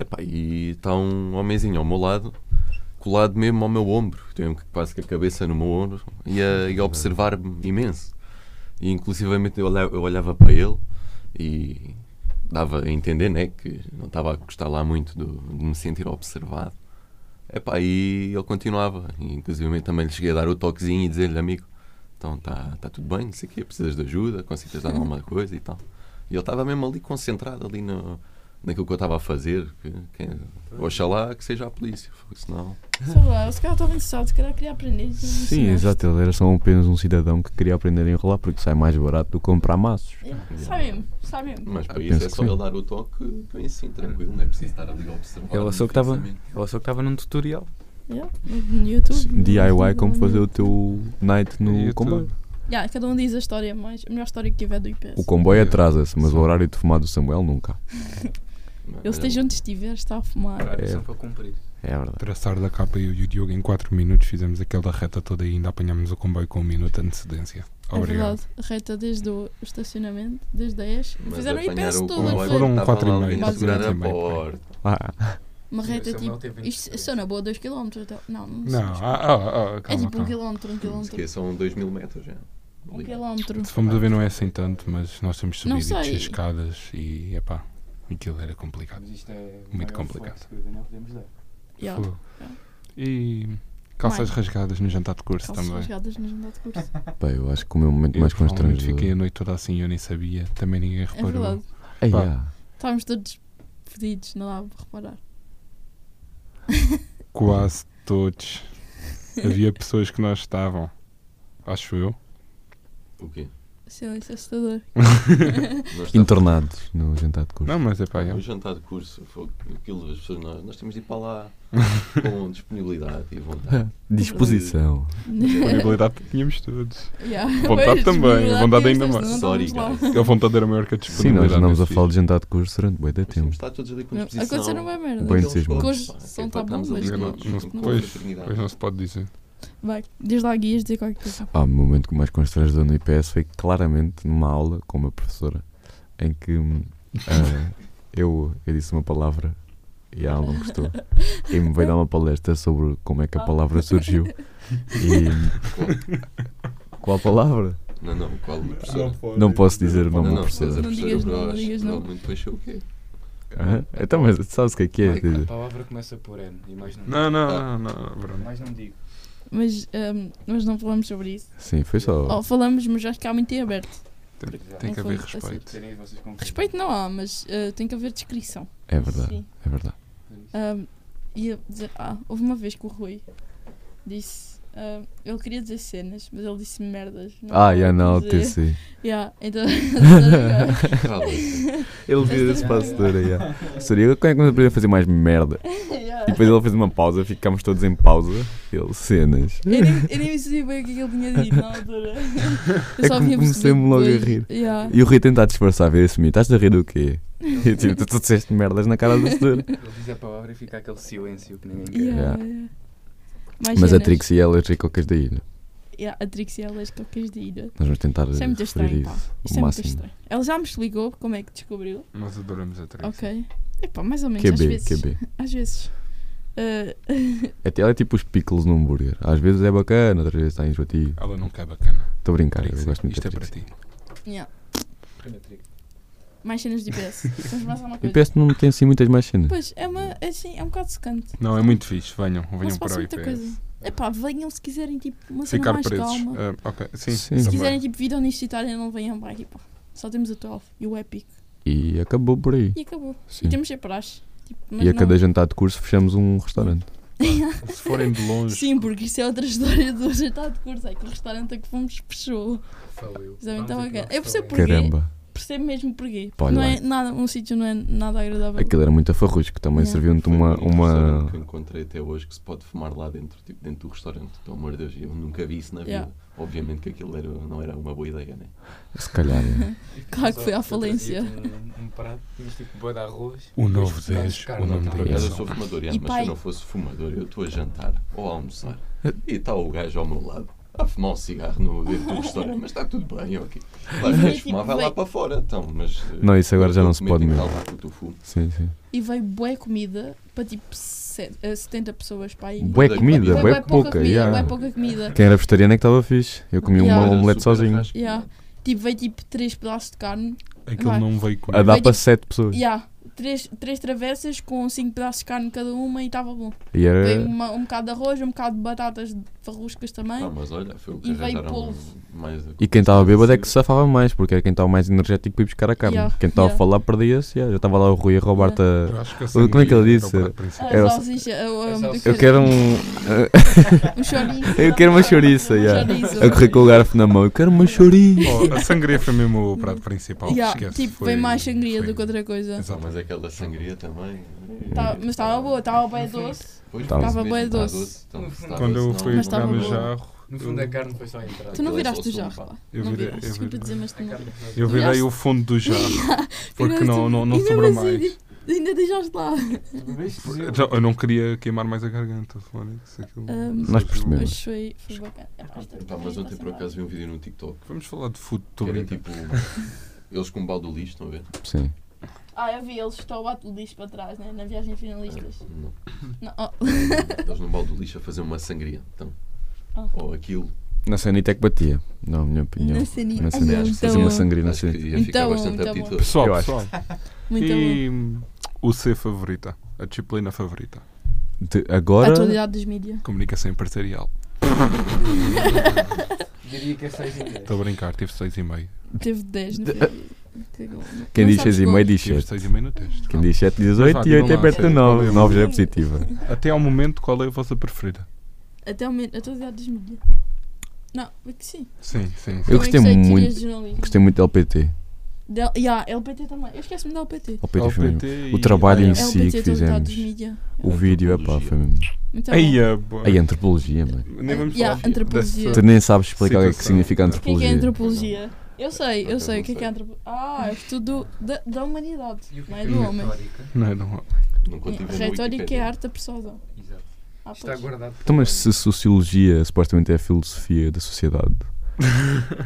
Speaker 3: Epá, e está um homenzinho ao meu lado, colado mesmo ao meu ombro, tenho quase que a cabeça no meu ombro, e a, e a observar-me imenso. E inclusivamente eu olhava, eu olhava para ele e dava a entender né, que não estava a gostar lá muito do- de me sentir observado. Epá, e ele continuava. E, inclusive também lhe cheguei a dar o toquezinho e dizer-lhe, amigo, então está tá tudo bem, não sei o quê, precisas de ajuda, consigas dar alguma coisa e tal. E ele estava mesmo ali concentrado ali no, naquilo que eu estava a fazer. Que, que, oxalá que seja a polícia, fogo, senão.
Speaker 1: Sei lá, se calhar estava interessado, se calhar queria aprender. tu me
Speaker 2: Sim,
Speaker 1: ensinaste.
Speaker 2: exato. Ele era só apenas um cidadão que queria aprender a enrolar porque sai mais barato do que comprar maços.
Speaker 1: Yeah, É, Sabe mesmo, sabe mesmo.
Speaker 3: Mas
Speaker 2: Ah,
Speaker 3: para isso
Speaker 2: penso
Speaker 3: é
Speaker 2: que
Speaker 3: só
Speaker 2: sim.
Speaker 3: ele dar o toque que eu ensino tranquilo, não é preciso estar ali a observar.
Speaker 5: Ele achou que estava-
Speaker 3: intensamente.
Speaker 5: Ela só que estava num tutorial.
Speaker 1: Yeah, no YouTube. no
Speaker 2: DIY,
Speaker 1: Instagram,
Speaker 2: como fazer
Speaker 1: no-
Speaker 2: o teu night
Speaker 4: E
Speaker 2: no
Speaker 4: eu
Speaker 2: comboio.
Speaker 4: tudo.
Speaker 1: Yeah, cada um diz a história mais. A melhor história que tiver do IPS.
Speaker 2: O comboio atrasa-se, mas o horário de fumar do Samuel nunca.
Speaker 3: Não,
Speaker 1: Ele
Speaker 3: mas um-
Speaker 1: esteja onde estiver, está a fumar.
Speaker 2: É.
Speaker 5: para cumprir.
Speaker 2: É verdade.
Speaker 4: Traçar da capa eu e o Diogo em 4 minutos fizemos aquela reta toda e ainda apanhámos o comboio com um minuto de antecedência.
Speaker 1: É
Speaker 4: Obrigado.
Speaker 1: verdade, reta desde o estacionamento, desde a ES.
Speaker 3: Mas
Speaker 1: Fizeram
Speaker 3: apanhar
Speaker 1: IPS
Speaker 3: o
Speaker 1: tudo,
Speaker 3: comboio,
Speaker 1: não
Speaker 4: Foram
Speaker 1: foi?
Speaker 4: um
Speaker 3: estava
Speaker 4: quatro e
Speaker 3: alguém
Speaker 4: meio,
Speaker 3: a
Speaker 1: quatro e
Speaker 3: segurar a
Speaker 4: meio, pai.
Speaker 3: porta.
Speaker 2: Ah,
Speaker 1: Uma
Speaker 5: Sim,
Speaker 1: reta
Speaker 5: o Samuel
Speaker 1: tipo.
Speaker 5: teve
Speaker 1: Isto
Speaker 5: em-
Speaker 1: são na boa 2km. Então, não, não, sei,
Speaker 4: Não,
Speaker 1: mas-
Speaker 4: ah, ah, ah,
Speaker 1: É
Speaker 4: calma,
Speaker 1: tipo um
Speaker 4: calma.
Speaker 1: quilómetro, um
Speaker 3: Não
Speaker 1: quilómetro.
Speaker 3: esqueçam, 2 mil metros já.
Speaker 1: Um quilómetro.
Speaker 4: Se fomos a ver não é assim tanto, mas nós temos
Speaker 1: Não
Speaker 4: subido e descer
Speaker 1: sei.
Speaker 4: escadas e epá, aquilo era complicado.
Speaker 5: Mas isto é o
Speaker 4: Muito
Speaker 5: maior
Speaker 4: complicado.
Speaker 5: flex que o Daniel podemos dar.
Speaker 1: Yeah.
Speaker 4: Fogo. E calças rasgadas no jantar de curso
Speaker 1: Calças
Speaker 4: também.
Speaker 1: rasgadas no jantar de curso. É
Speaker 2: pá, eu acho que o meu momento
Speaker 4: Eu
Speaker 2: mais
Speaker 4: provavelmente
Speaker 2: constrangedor.
Speaker 4: fiquei a noite toda assim, eu nem sabia, também ninguém
Speaker 1: É
Speaker 4: reparou.
Speaker 1: verdade.
Speaker 2: Ei,
Speaker 4: Pá.
Speaker 2: ah,
Speaker 1: Estávamos todos fedidos, não dava para reparar.
Speaker 4: Quase todos. Havia pessoas que nós estavam. Acho eu.
Speaker 3: O quê?
Speaker 1: Silêncio assustador.
Speaker 3: Nós estávamos-
Speaker 2: Internados no jantar de curso.
Speaker 4: Não, mas é pá,
Speaker 3: O
Speaker 4: eu.
Speaker 3: Um jantar de curso, fogo, aquilo, as pessoas, nós, nós temos de ir para lá com disponibilidade e vontade.
Speaker 2: Disposição.
Speaker 4: Disponibilidade tínhamos todos.
Speaker 1: yeah.
Speaker 4: Vontade
Speaker 1: Pois,
Speaker 4: também,
Speaker 1: disponibilidade
Speaker 4: vontade
Speaker 1: temos,
Speaker 4: ainda
Speaker 1: nós
Speaker 4: mais.
Speaker 1: não
Speaker 3: Sorry,
Speaker 1: estávamos
Speaker 3: guys.
Speaker 4: A vontade era maior que a
Speaker 2: Sim, nós
Speaker 4: disponibilidade.
Speaker 2: andamos a
Speaker 4: nesse
Speaker 2: falar de jantar de curso durante bem da
Speaker 3: Nós temos de
Speaker 2: tempo.
Speaker 3: estar todos ali com
Speaker 1: Não,
Speaker 3: disposição.
Speaker 1: aconteceram uma merda.
Speaker 2: Bem
Speaker 3: Aqueles
Speaker 2: entusiasmado.
Speaker 3: copos,
Speaker 1: Que hoje
Speaker 3: pá, que
Speaker 1: são
Speaker 3: é para
Speaker 1: tabu,
Speaker 3: estarmos
Speaker 1: mas
Speaker 3: ali
Speaker 4: vídeo. Não, não,
Speaker 3: todos com
Speaker 4: se-
Speaker 1: Não.
Speaker 4: pois,
Speaker 3: oportunidade.
Speaker 4: pois não se pode dizer.
Speaker 1: Vai, diz lá guias dizer qualquer coisa.
Speaker 2: Ah, o momento que mais constrangedor no IPS foi claramente numa aula com uma professora em que hum, ah, eu, eu disse uma palavra e ela não gostou. E me veio dar uma palestra sobre como é que a palavra surgiu. E hum, qual palavra?
Speaker 3: Não, não, qual professora?
Speaker 2: Não posso dizer o
Speaker 3: Não,
Speaker 2: nome da
Speaker 3: não, mas a
Speaker 2: professora.
Speaker 1: Não digas
Speaker 3: professora
Speaker 1: não, não
Speaker 3: Bros,
Speaker 1: digas não.
Speaker 3: provavelmente depois sei o quê?
Speaker 2: Hã? Então, mas tu sabes o que é que é?
Speaker 3: Ai,
Speaker 2: quer
Speaker 5: A
Speaker 2: dizer,
Speaker 5: palavra começa por N e mais não,
Speaker 4: Não,
Speaker 1: Tá.
Speaker 4: não, não, não,
Speaker 5: digo.
Speaker 4: Bruno.
Speaker 5: Mais não digo.
Speaker 1: Mas, ahm, mas não falamos sobre isso.
Speaker 2: Sim, foi só.
Speaker 1: Oh, falamos, mas acho que há muito em aberto.
Speaker 4: Tem,
Speaker 5: Já.
Speaker 4: tem que
Speaker 1: Não
Speaker 4: haver
Speaker 1: foi- assim.
Speaker 4: respeito.
Speaker 5: Terem vocês concluído.
Speaker 1: Respeito não há, mas ah, tem que haver descrição.
Speaker 2: É verdade,
Speaker 1: Sim.
Speaker 2: é verdade.
Speaker 1: Ahm, ia dizer, ah, houve uma vez que o Rui disse. ahm, ele queria dizer cenas, mas ele disse merdas. Não
Speaker 2: Ah,
Speaker 1: dava
Speaker 2: já
Speaker 1: para
Speaker 2: não,
Speaker 1: dizer.
Speaker 2: TC.
Speaker 1: Yeah, então.
Speaker 3: Cala-te.
Speaker 2: Ele viu esse passo todo aí. ó. Seria como é que nós aprendemos a fazer mais merda?
Speaker 1: Yeah.
Speaker 2: E depois ele fez uma pausa, ficámos todos em pausa. Ele, cenas.
Speaker 1: Eu nem, eu nem sabia bem o que é que ele tinha dito na altura. Eu
Speaker 2: É
Speaker 1: só
Speaker 2: que
Speaker 1: vinha
Speaker 2: comecei-me
Speaker 1: perceber
Speaker 2: logo a
Speaker 1: depois.
Speaker 2: rir.
Speaker 1: Yeah.
Speaker 2: E o Rui tentar disfarçar, ver esse menino. Estás a rir do quê? E eu tipo, tu, tu disseste merdas na cara do senhor.
Speaker 5: Ele diz a palavra e fica aquele silêncio que ninguém quer.
Speaker 1: Yeah,
Speaker 2: Yeah.
Speaker 1: yeah. Mais
Speaker 2: Mas a
Speaker 1: cenas.
Speaker 2: Trixie ela é ricocas da ilha.
Speaker 1: Yeah, a Trixie ela é cocas de ira.
Speaker 2: Nós vamos tentar eh,
Speaker 1: Isso é muito
Speaker 2: referir
Speaker 1: estranho, pá.
Speaker 2: isso
Speaker 1: Isto
Speaker 2: o
Speaker 1: é muito
Speaker 2: máximo.
Speaker 1: estranho. Ela já me explicou como é que descobriu.
Speaker 4: Nós adoramos a três.
Speaker 1: Ok. Epá, mais ou menos. às
Speaker 2: QB,
Speaker 1: vezes.
Speaker 2: QB.
Speaker 1: Às vezes. Ah,
Speaker 2: Até ela é tipo os pickles num hambúrguer. Às vezes é bacana, outras vezes está enjoativo.
Speaker 4: Ela nunca é bacana.
Speaker 2: Estou a brincar, eu
Speaker 4: Trixie,
Speaker 2: gosto muito
Speaker 4: Isto
Speaker 2: da
Speaker 4: é para
Speaker 2: Trixie.
Speaker 4: ti.
Speaker 1: yeah.
Speaker 5: Primeiro trigo.
Speaker 1: Mais cenas de IPS. Vamos mais alguma
Speaker 2: E
Speaker 1: coisa.
Speaker 2: peço que não tem assim muitas mais cenas.
Speaker 1: Pois, é uma. é Assim, é um bocado secante.
Speaker 4: Não, é muito fixe. Venham,
Speaker 1: Não
Speaker 4: venham
Speaker 1: se
Speaker 4: para
Speaker 1: passa
Speaker 4: o
Speaker 1: muita
Speaker 4: IPS.
Speaker 1: coisa. Epá, venham se quiserem, tipo, uma cena
Speaker 4: Ficar
Speaker 1: mais
Speaker 4: presos.
Speaker 1: calma.
Speaker 4: Ah, ok, sim.
Speaker 2: Sim.
Speaker 1: Se
Speaker 4: também.
Speaker 1: quiserem, tipo, vida universitária, não venham para aqui, pá. Só temos a 12 e o Epic.
Speaker 2: E acabou por aí.
Speaker 1: E acabou.
Speaker 2: Sim.
Speaker 1: E temos sempre praxe. Tipo, mas
Speaker 2: E a
Speaker 1: não-
Speaker 2: cada jantar de curso fechamos um restaurante.
Speaker 4: Se forem de longe,
Speaker 1: Sim, porque isso é outra história do jantar de curso. É que o restaurante a que fomos fechou.
Speaker 5: Faleu.
Speaker 1: Sabe, então,
Speaker 5: Vamos
Speaker 1: ok.
Speaker 5: ignorar
Speaker 1: Eu percebo
Speaker 5: faleu.
Speaker 1: Porquê?
Speaker 2: Caramba.
Speaker 1: Percebo mesmo porquê.
Speaker 2: Pá, olha
Speaker 1: não é
Speaker 2: lá.
Speaker 1: nada, um sítio não é nada agradável.
Speaker 2: Aquilo era muito afarrusco. Também
Speaker 1: Yeah.
Speaker 2: serviu-te
Speaker 3: Foi o
Speaker 2: uma,
Speaker 3: único restaurante
Speaker 2: uma,
Speaker 3: que eu encontrei até hoje que se pode fumar lá dentro, tipo, dentro do restaurante. Pelo amor de Deus, eu nunca vi isso na vida.
Speaker 1: Yeah.
Speaker 3: Obviamente que aquilo era- não era uma boa ideia, né?
Speaker 2: Se calhar, é.
Speaker 1: Claro que foi à
Speaker 5: Eu
Speaker 1: falência.
Speaker 5: trazia-te Um, um prato, tinhas tipo boi de arroz.
Speaker 4: O
Speaker 5: e
Speaker 4: novo
Speaker 5: dois pedaços de
Speaker 4: Zez,
Speaker 5: carne
Speaker 4: o nome
Speaker 5: à
Speaker 4: dele.
Speaker 3: Por
Speaker 5: tarde.
Speaker 4: Yeah.
Speaker 3: acaso eu sou fumador, yeah,
Speaker 1: E
Speaker 3: mas
Speaker 1: pai-
Speaker 3: se eu não fosse fumador, eu estou a jantar ou a almoçar e está o gajo ao meu lado a fumar um cigarro no dentro do restaurante, mas está tudo bem, ok. Lá
Speaker 1: Mas
Speaker 3: o
Speaker 1: é
Speaker 3: gajo
Speaker 1: tipo,
Speaker 3: fumar, vai lá
Speaker 1: vai-
Speaker 3: para fora, então, mas. eh,
Speaker 2: Não, isso agora já
Speaker 3: eu
Speaker 2: não se
Speaker 3: comento
Speaker 2: pode
Speaker 3: em
Speaker 2: mesmo.
Speaker 3: calma, puto, eu fumo.
Speaker 2: Sim, sim.
Speaker 1: E veio bué comida para tipo se- eh, 70 pessoas para aí.
Speaker 2: Bué
Speaker 3: Dois
Speaker 2: comida,
Speaker 3: patinhos.
Speaker 2: é bué
Speaker 3: Bué
Speaker 2: pouca.
Speaker 1: comida,
Speaker 2: yeah.
Speaker 1: bué pouca comida.
Speaker 2: Quem era vegetariano é que estava fixe. Eu comi
Speaker 1: Yeah.
Speaker 2: uma
Speaker 3: Era
Speaker 2: Um omelete
Speaker 3: super
Speaker 2: sozinho.
Speaker 3: arrasco.
Speaker 1: Yeah. Tipo, veio tipo 3 pedaços de carne.
Speaker 4: Aquilo É não veio
Speaker 2: A
Speaker 4: comigo.
Speaker 2: dar
Speaker 1: Vai,
Speaker 2: para
Speaker 1: tipo,
Speaker 2: sete pessoas.
Speaker 1: Yeah. três, três travessas com cinco pedaços de carne cada uma e estava bom.
Speaker 2: E
Speaker 1: Veio
Speaker 2: era.
Speaker 1: uma- um bocado de arroz, um bocado de batatas farruscas também.
Speaker 3: Ah, mas olha, foi o que
Speaker 1: E veio
Speaker 3: arranjaram
Speaker 1: polvo.
Speaker 3: mais.
Speaker 2: E quem estava bêbado é que se safava mais, porque era quem estava mais energético para ir buscar a carne.
Speaker 1: Yeah,
Speaker 2: Quem estava a
Speaker 1: yeah.
Speaker 2: falar perdia-se, yeah, já estava lá o Rui a roubar-te a-
Speaker 4: Eu acho que a
Speaker 2: Como é que ele
Speaker 4: sanguínea
Speaker 2: disse?
Speaker 4: era o prato principal.
Speaker 1: A
Speaker 2: Era-
Speaker 1: salsicha,
Speaker 4: É
Speaker 1: a- a-
Speaker 5: salsicha.
Speaker 2: É, Eu quero um.
Speaker 1: um chouriço.
Speaker 2: Eu quero uma chouriça, yeah.
Speaker 1: Chouriço.
Speaker 2: a correr com o garfo na mão. Eu quero uma chouriça.
Speaker 4: Oh, a sangria foi mesmo o prato principal.
Speaker 1: Yeah,
Speaker 4: esquece,
Speaker 1: tipo,
Speaker 4: foi-
Speaker 1: vem mais sangria
Speaker 4: foi-
Speaker 1: do que outra coisa.
Speaker 4: Exato.
Speaker 3: Ah, mas
Speaker 2: é
Speaker 3: aquela sangria também. eh,
Speaker 1: Tá- mas estava boa, estava bem doce.
Speaker 3: Pois,
Speaker 2: Tava
Speaker 3: mesmo,
Speaker 1: bué
Speaker 3: tá
Speaker 1: doce.
Speaker 3: então, se tá
Speaker 4: Quando eu
Speaker 3: doce,
Speaker 4: fui
Speaker 1: Mas
Speaker 4: pegar
Speaker 1: estava
Speaker 4: no
Speaker 1: boa.
Speaker 4: jarro,
Speaker 5: No fundo, a carne foi só a entrar.
Speaker 1: Tu não
Speaker 3: Aquilo é só
Speaker 1: viraste o
Speaker 3: sumo,
Speaker 1: jarro,
Speaker 3: pá.
Speaker 1: pá.
Speaker 4: eu
Speaker 1: Não
Speaker 4: virei,
Speaker 1: viraste,
Speaker 4: eu
Speaker 1: desculpa
Speaker 4: virei-
Speaker 1: dizer, mas tu não.
Speaker 4: eu virei
Speaker 1: Viraste-
Speaker 4: o fundo do jarro. Porque
Speaker 1: Viraste-
Speaker 4: não, não, não
Speaker 1: e mesmo
Speaker 4: sobra
Speaker 1: assim,
Speaker 4: mais.
Speaker 1: Ainda deixaste lá.
Speaker 4: Já- eu não queria queimar mais a garganta. falando isso, aquilo-
Speaker 1: Ahm,
Speaker 2: Nós
Speaker 4: surgiu-
Speaker 2: percebemos.
Speaker 1: Mas foi, foi bacana. É pá, esta-
Speaker 3: Pá, mas ontem por
Speaker 1: esta-
Speaker 3: acaso vi um vídeo no TikTok.
Speaker 4: Vamos falar de food,
Speaker 3: Que
Speaker 4: estou
Speaker 3: era
Speaker 4: brincando.
Speaker 3: tipo. Eles com um balde do lixo, estão a ver?
Speaker 2: Sim.
Speaker 1: Ah, eu vi, eles estão a o lixo para trás, né? Na viagem finalistas.
Speaker 3: Não.
Speaker 1: Não, oh,
Speaker 3: Eles num balde do lixo a fazer uma sangria. Então.
Speaker 1: Ah.
Speaker 3: Ou aquilo.
Speaker 2: Na sanita é que batia, na minha opinião.
Speaker 1: na sanita.
Speaker 2: Na
Speaker 1: Ai,
Speaker 2: sanita.
Speaker 1: não,
Speaker 3: acho que
Speaker 1: então,
Speaker 2: Fazer uma assim. sangria na
Speaker 3: Acho que
Speaker 2: sanita.
Speaker 3: ia ficar
Speaker 1: Então,
Speaker 3: bastante
Speaker 1: então.
Speaker 3: apetitoso.
Speaker 4: tipo, Pessoal,
Speaker 2: Eu acho.
Speaker 4: pessoal.
Speaker 1: Muito bom.
Speaker 4: e hum, o C favorita? A disciplina favorita?
Speaker 2: De-
Speaker 1: A
Speaker 2: Agora.
Speaker 1: atualidade dos mídias.
Speaker 4: Comunicação empresarial.
Speaker 5: Diria que é 6 e 10.
Speaker 4: Estou a brincar, tive 6,5.
Speaker 1: Teve 10 no um.
Speaker 2: Quem diz 6 e meio diz
Speaker 4: Tive
Speaker 2: 7.
Speaker 4: 6,5 no teste.
Speaker 2: Quem diz 7 diz
Speaker 4: Mas
Speaker 2: 8
Speaker 4: vá,
Speaker 2: e
Speaker 4: digam
Speaker 2: 8 é
Speaker 4: lá,
Speaker 2: perto de
Speaker 4: sim.
Speaker 2: 9.
Speaker 4: Qual é o
Speaker 2: 9 já é positiva.
Speaker 4: Até ao momento, qual é a vossa preferida?
Speaker 1: Até ao menos, a atualidade dos mídias. Não, é que sim.
Speaker 4: Sim,
Speaker 2: Eu
Speaker 4: sim.
Speaker 1: Como é que
Speaker 2: gostei
Speaker 1: sei que
Speaker 2: muito-
Speaker 1: querias jornalismo?
Speaker 2: Gostei muito do LPT.
Speaker 1: Del, yeah, LPT também. Eu esqueci-me da LPT.
Speaker 2: LPT foi mesmo.
Speaker 4: e
Speaker 2: O trabalho em
Speaker 4: a-
Speaker 2: si.
Speaker 1: LPT
Speaker 2: que
Speaker 1: atualidade dos
Speaker 2: fizemos.
Speaker 1: mídias.
Speaker 2: O vídeo, é pá, foi mesmo.
Speaker 1: Muito bom.
Speaker 4: Aí a boa.
Speaker 2: Aí, é antropologia, mano.
Speaker 4: Nem vamos
Speaker 1: Yeah,
Speaker 4: falar
Speaker 1: antropologia.
Speaker 4: dessa-
Speaker 2: Tu nem sabes explicar o que é que
Speaker 4: Situação.
Speaker 2: significa
Speaker 4: O
Speaker 1: O que é que é
Speaker 2: antropologia.
Speaker 1: antropologia? Eu sei, eu
Speaker 3: Não
Speaker 1: sei o que é
Speaker 3: sei.
Speaker 1: que é antropologia. Ah, é o estudo da, da humanidade, não é do homem.
Speaker 4: Não, não.
Speaker 3: Nunca tive no
Speaker 1: Retórica é
Speaker 3: Wikipedia.
Speaker 1: a arte da persuasão.
Speaker 5: Exato.
Speaker 1: Ah,
Speaker 5: Está
Speaker 1: pois.
Speaker 5: guardado.
Speaker 2: Então, mas se sociologia supostamente é a filosofia da sociedade,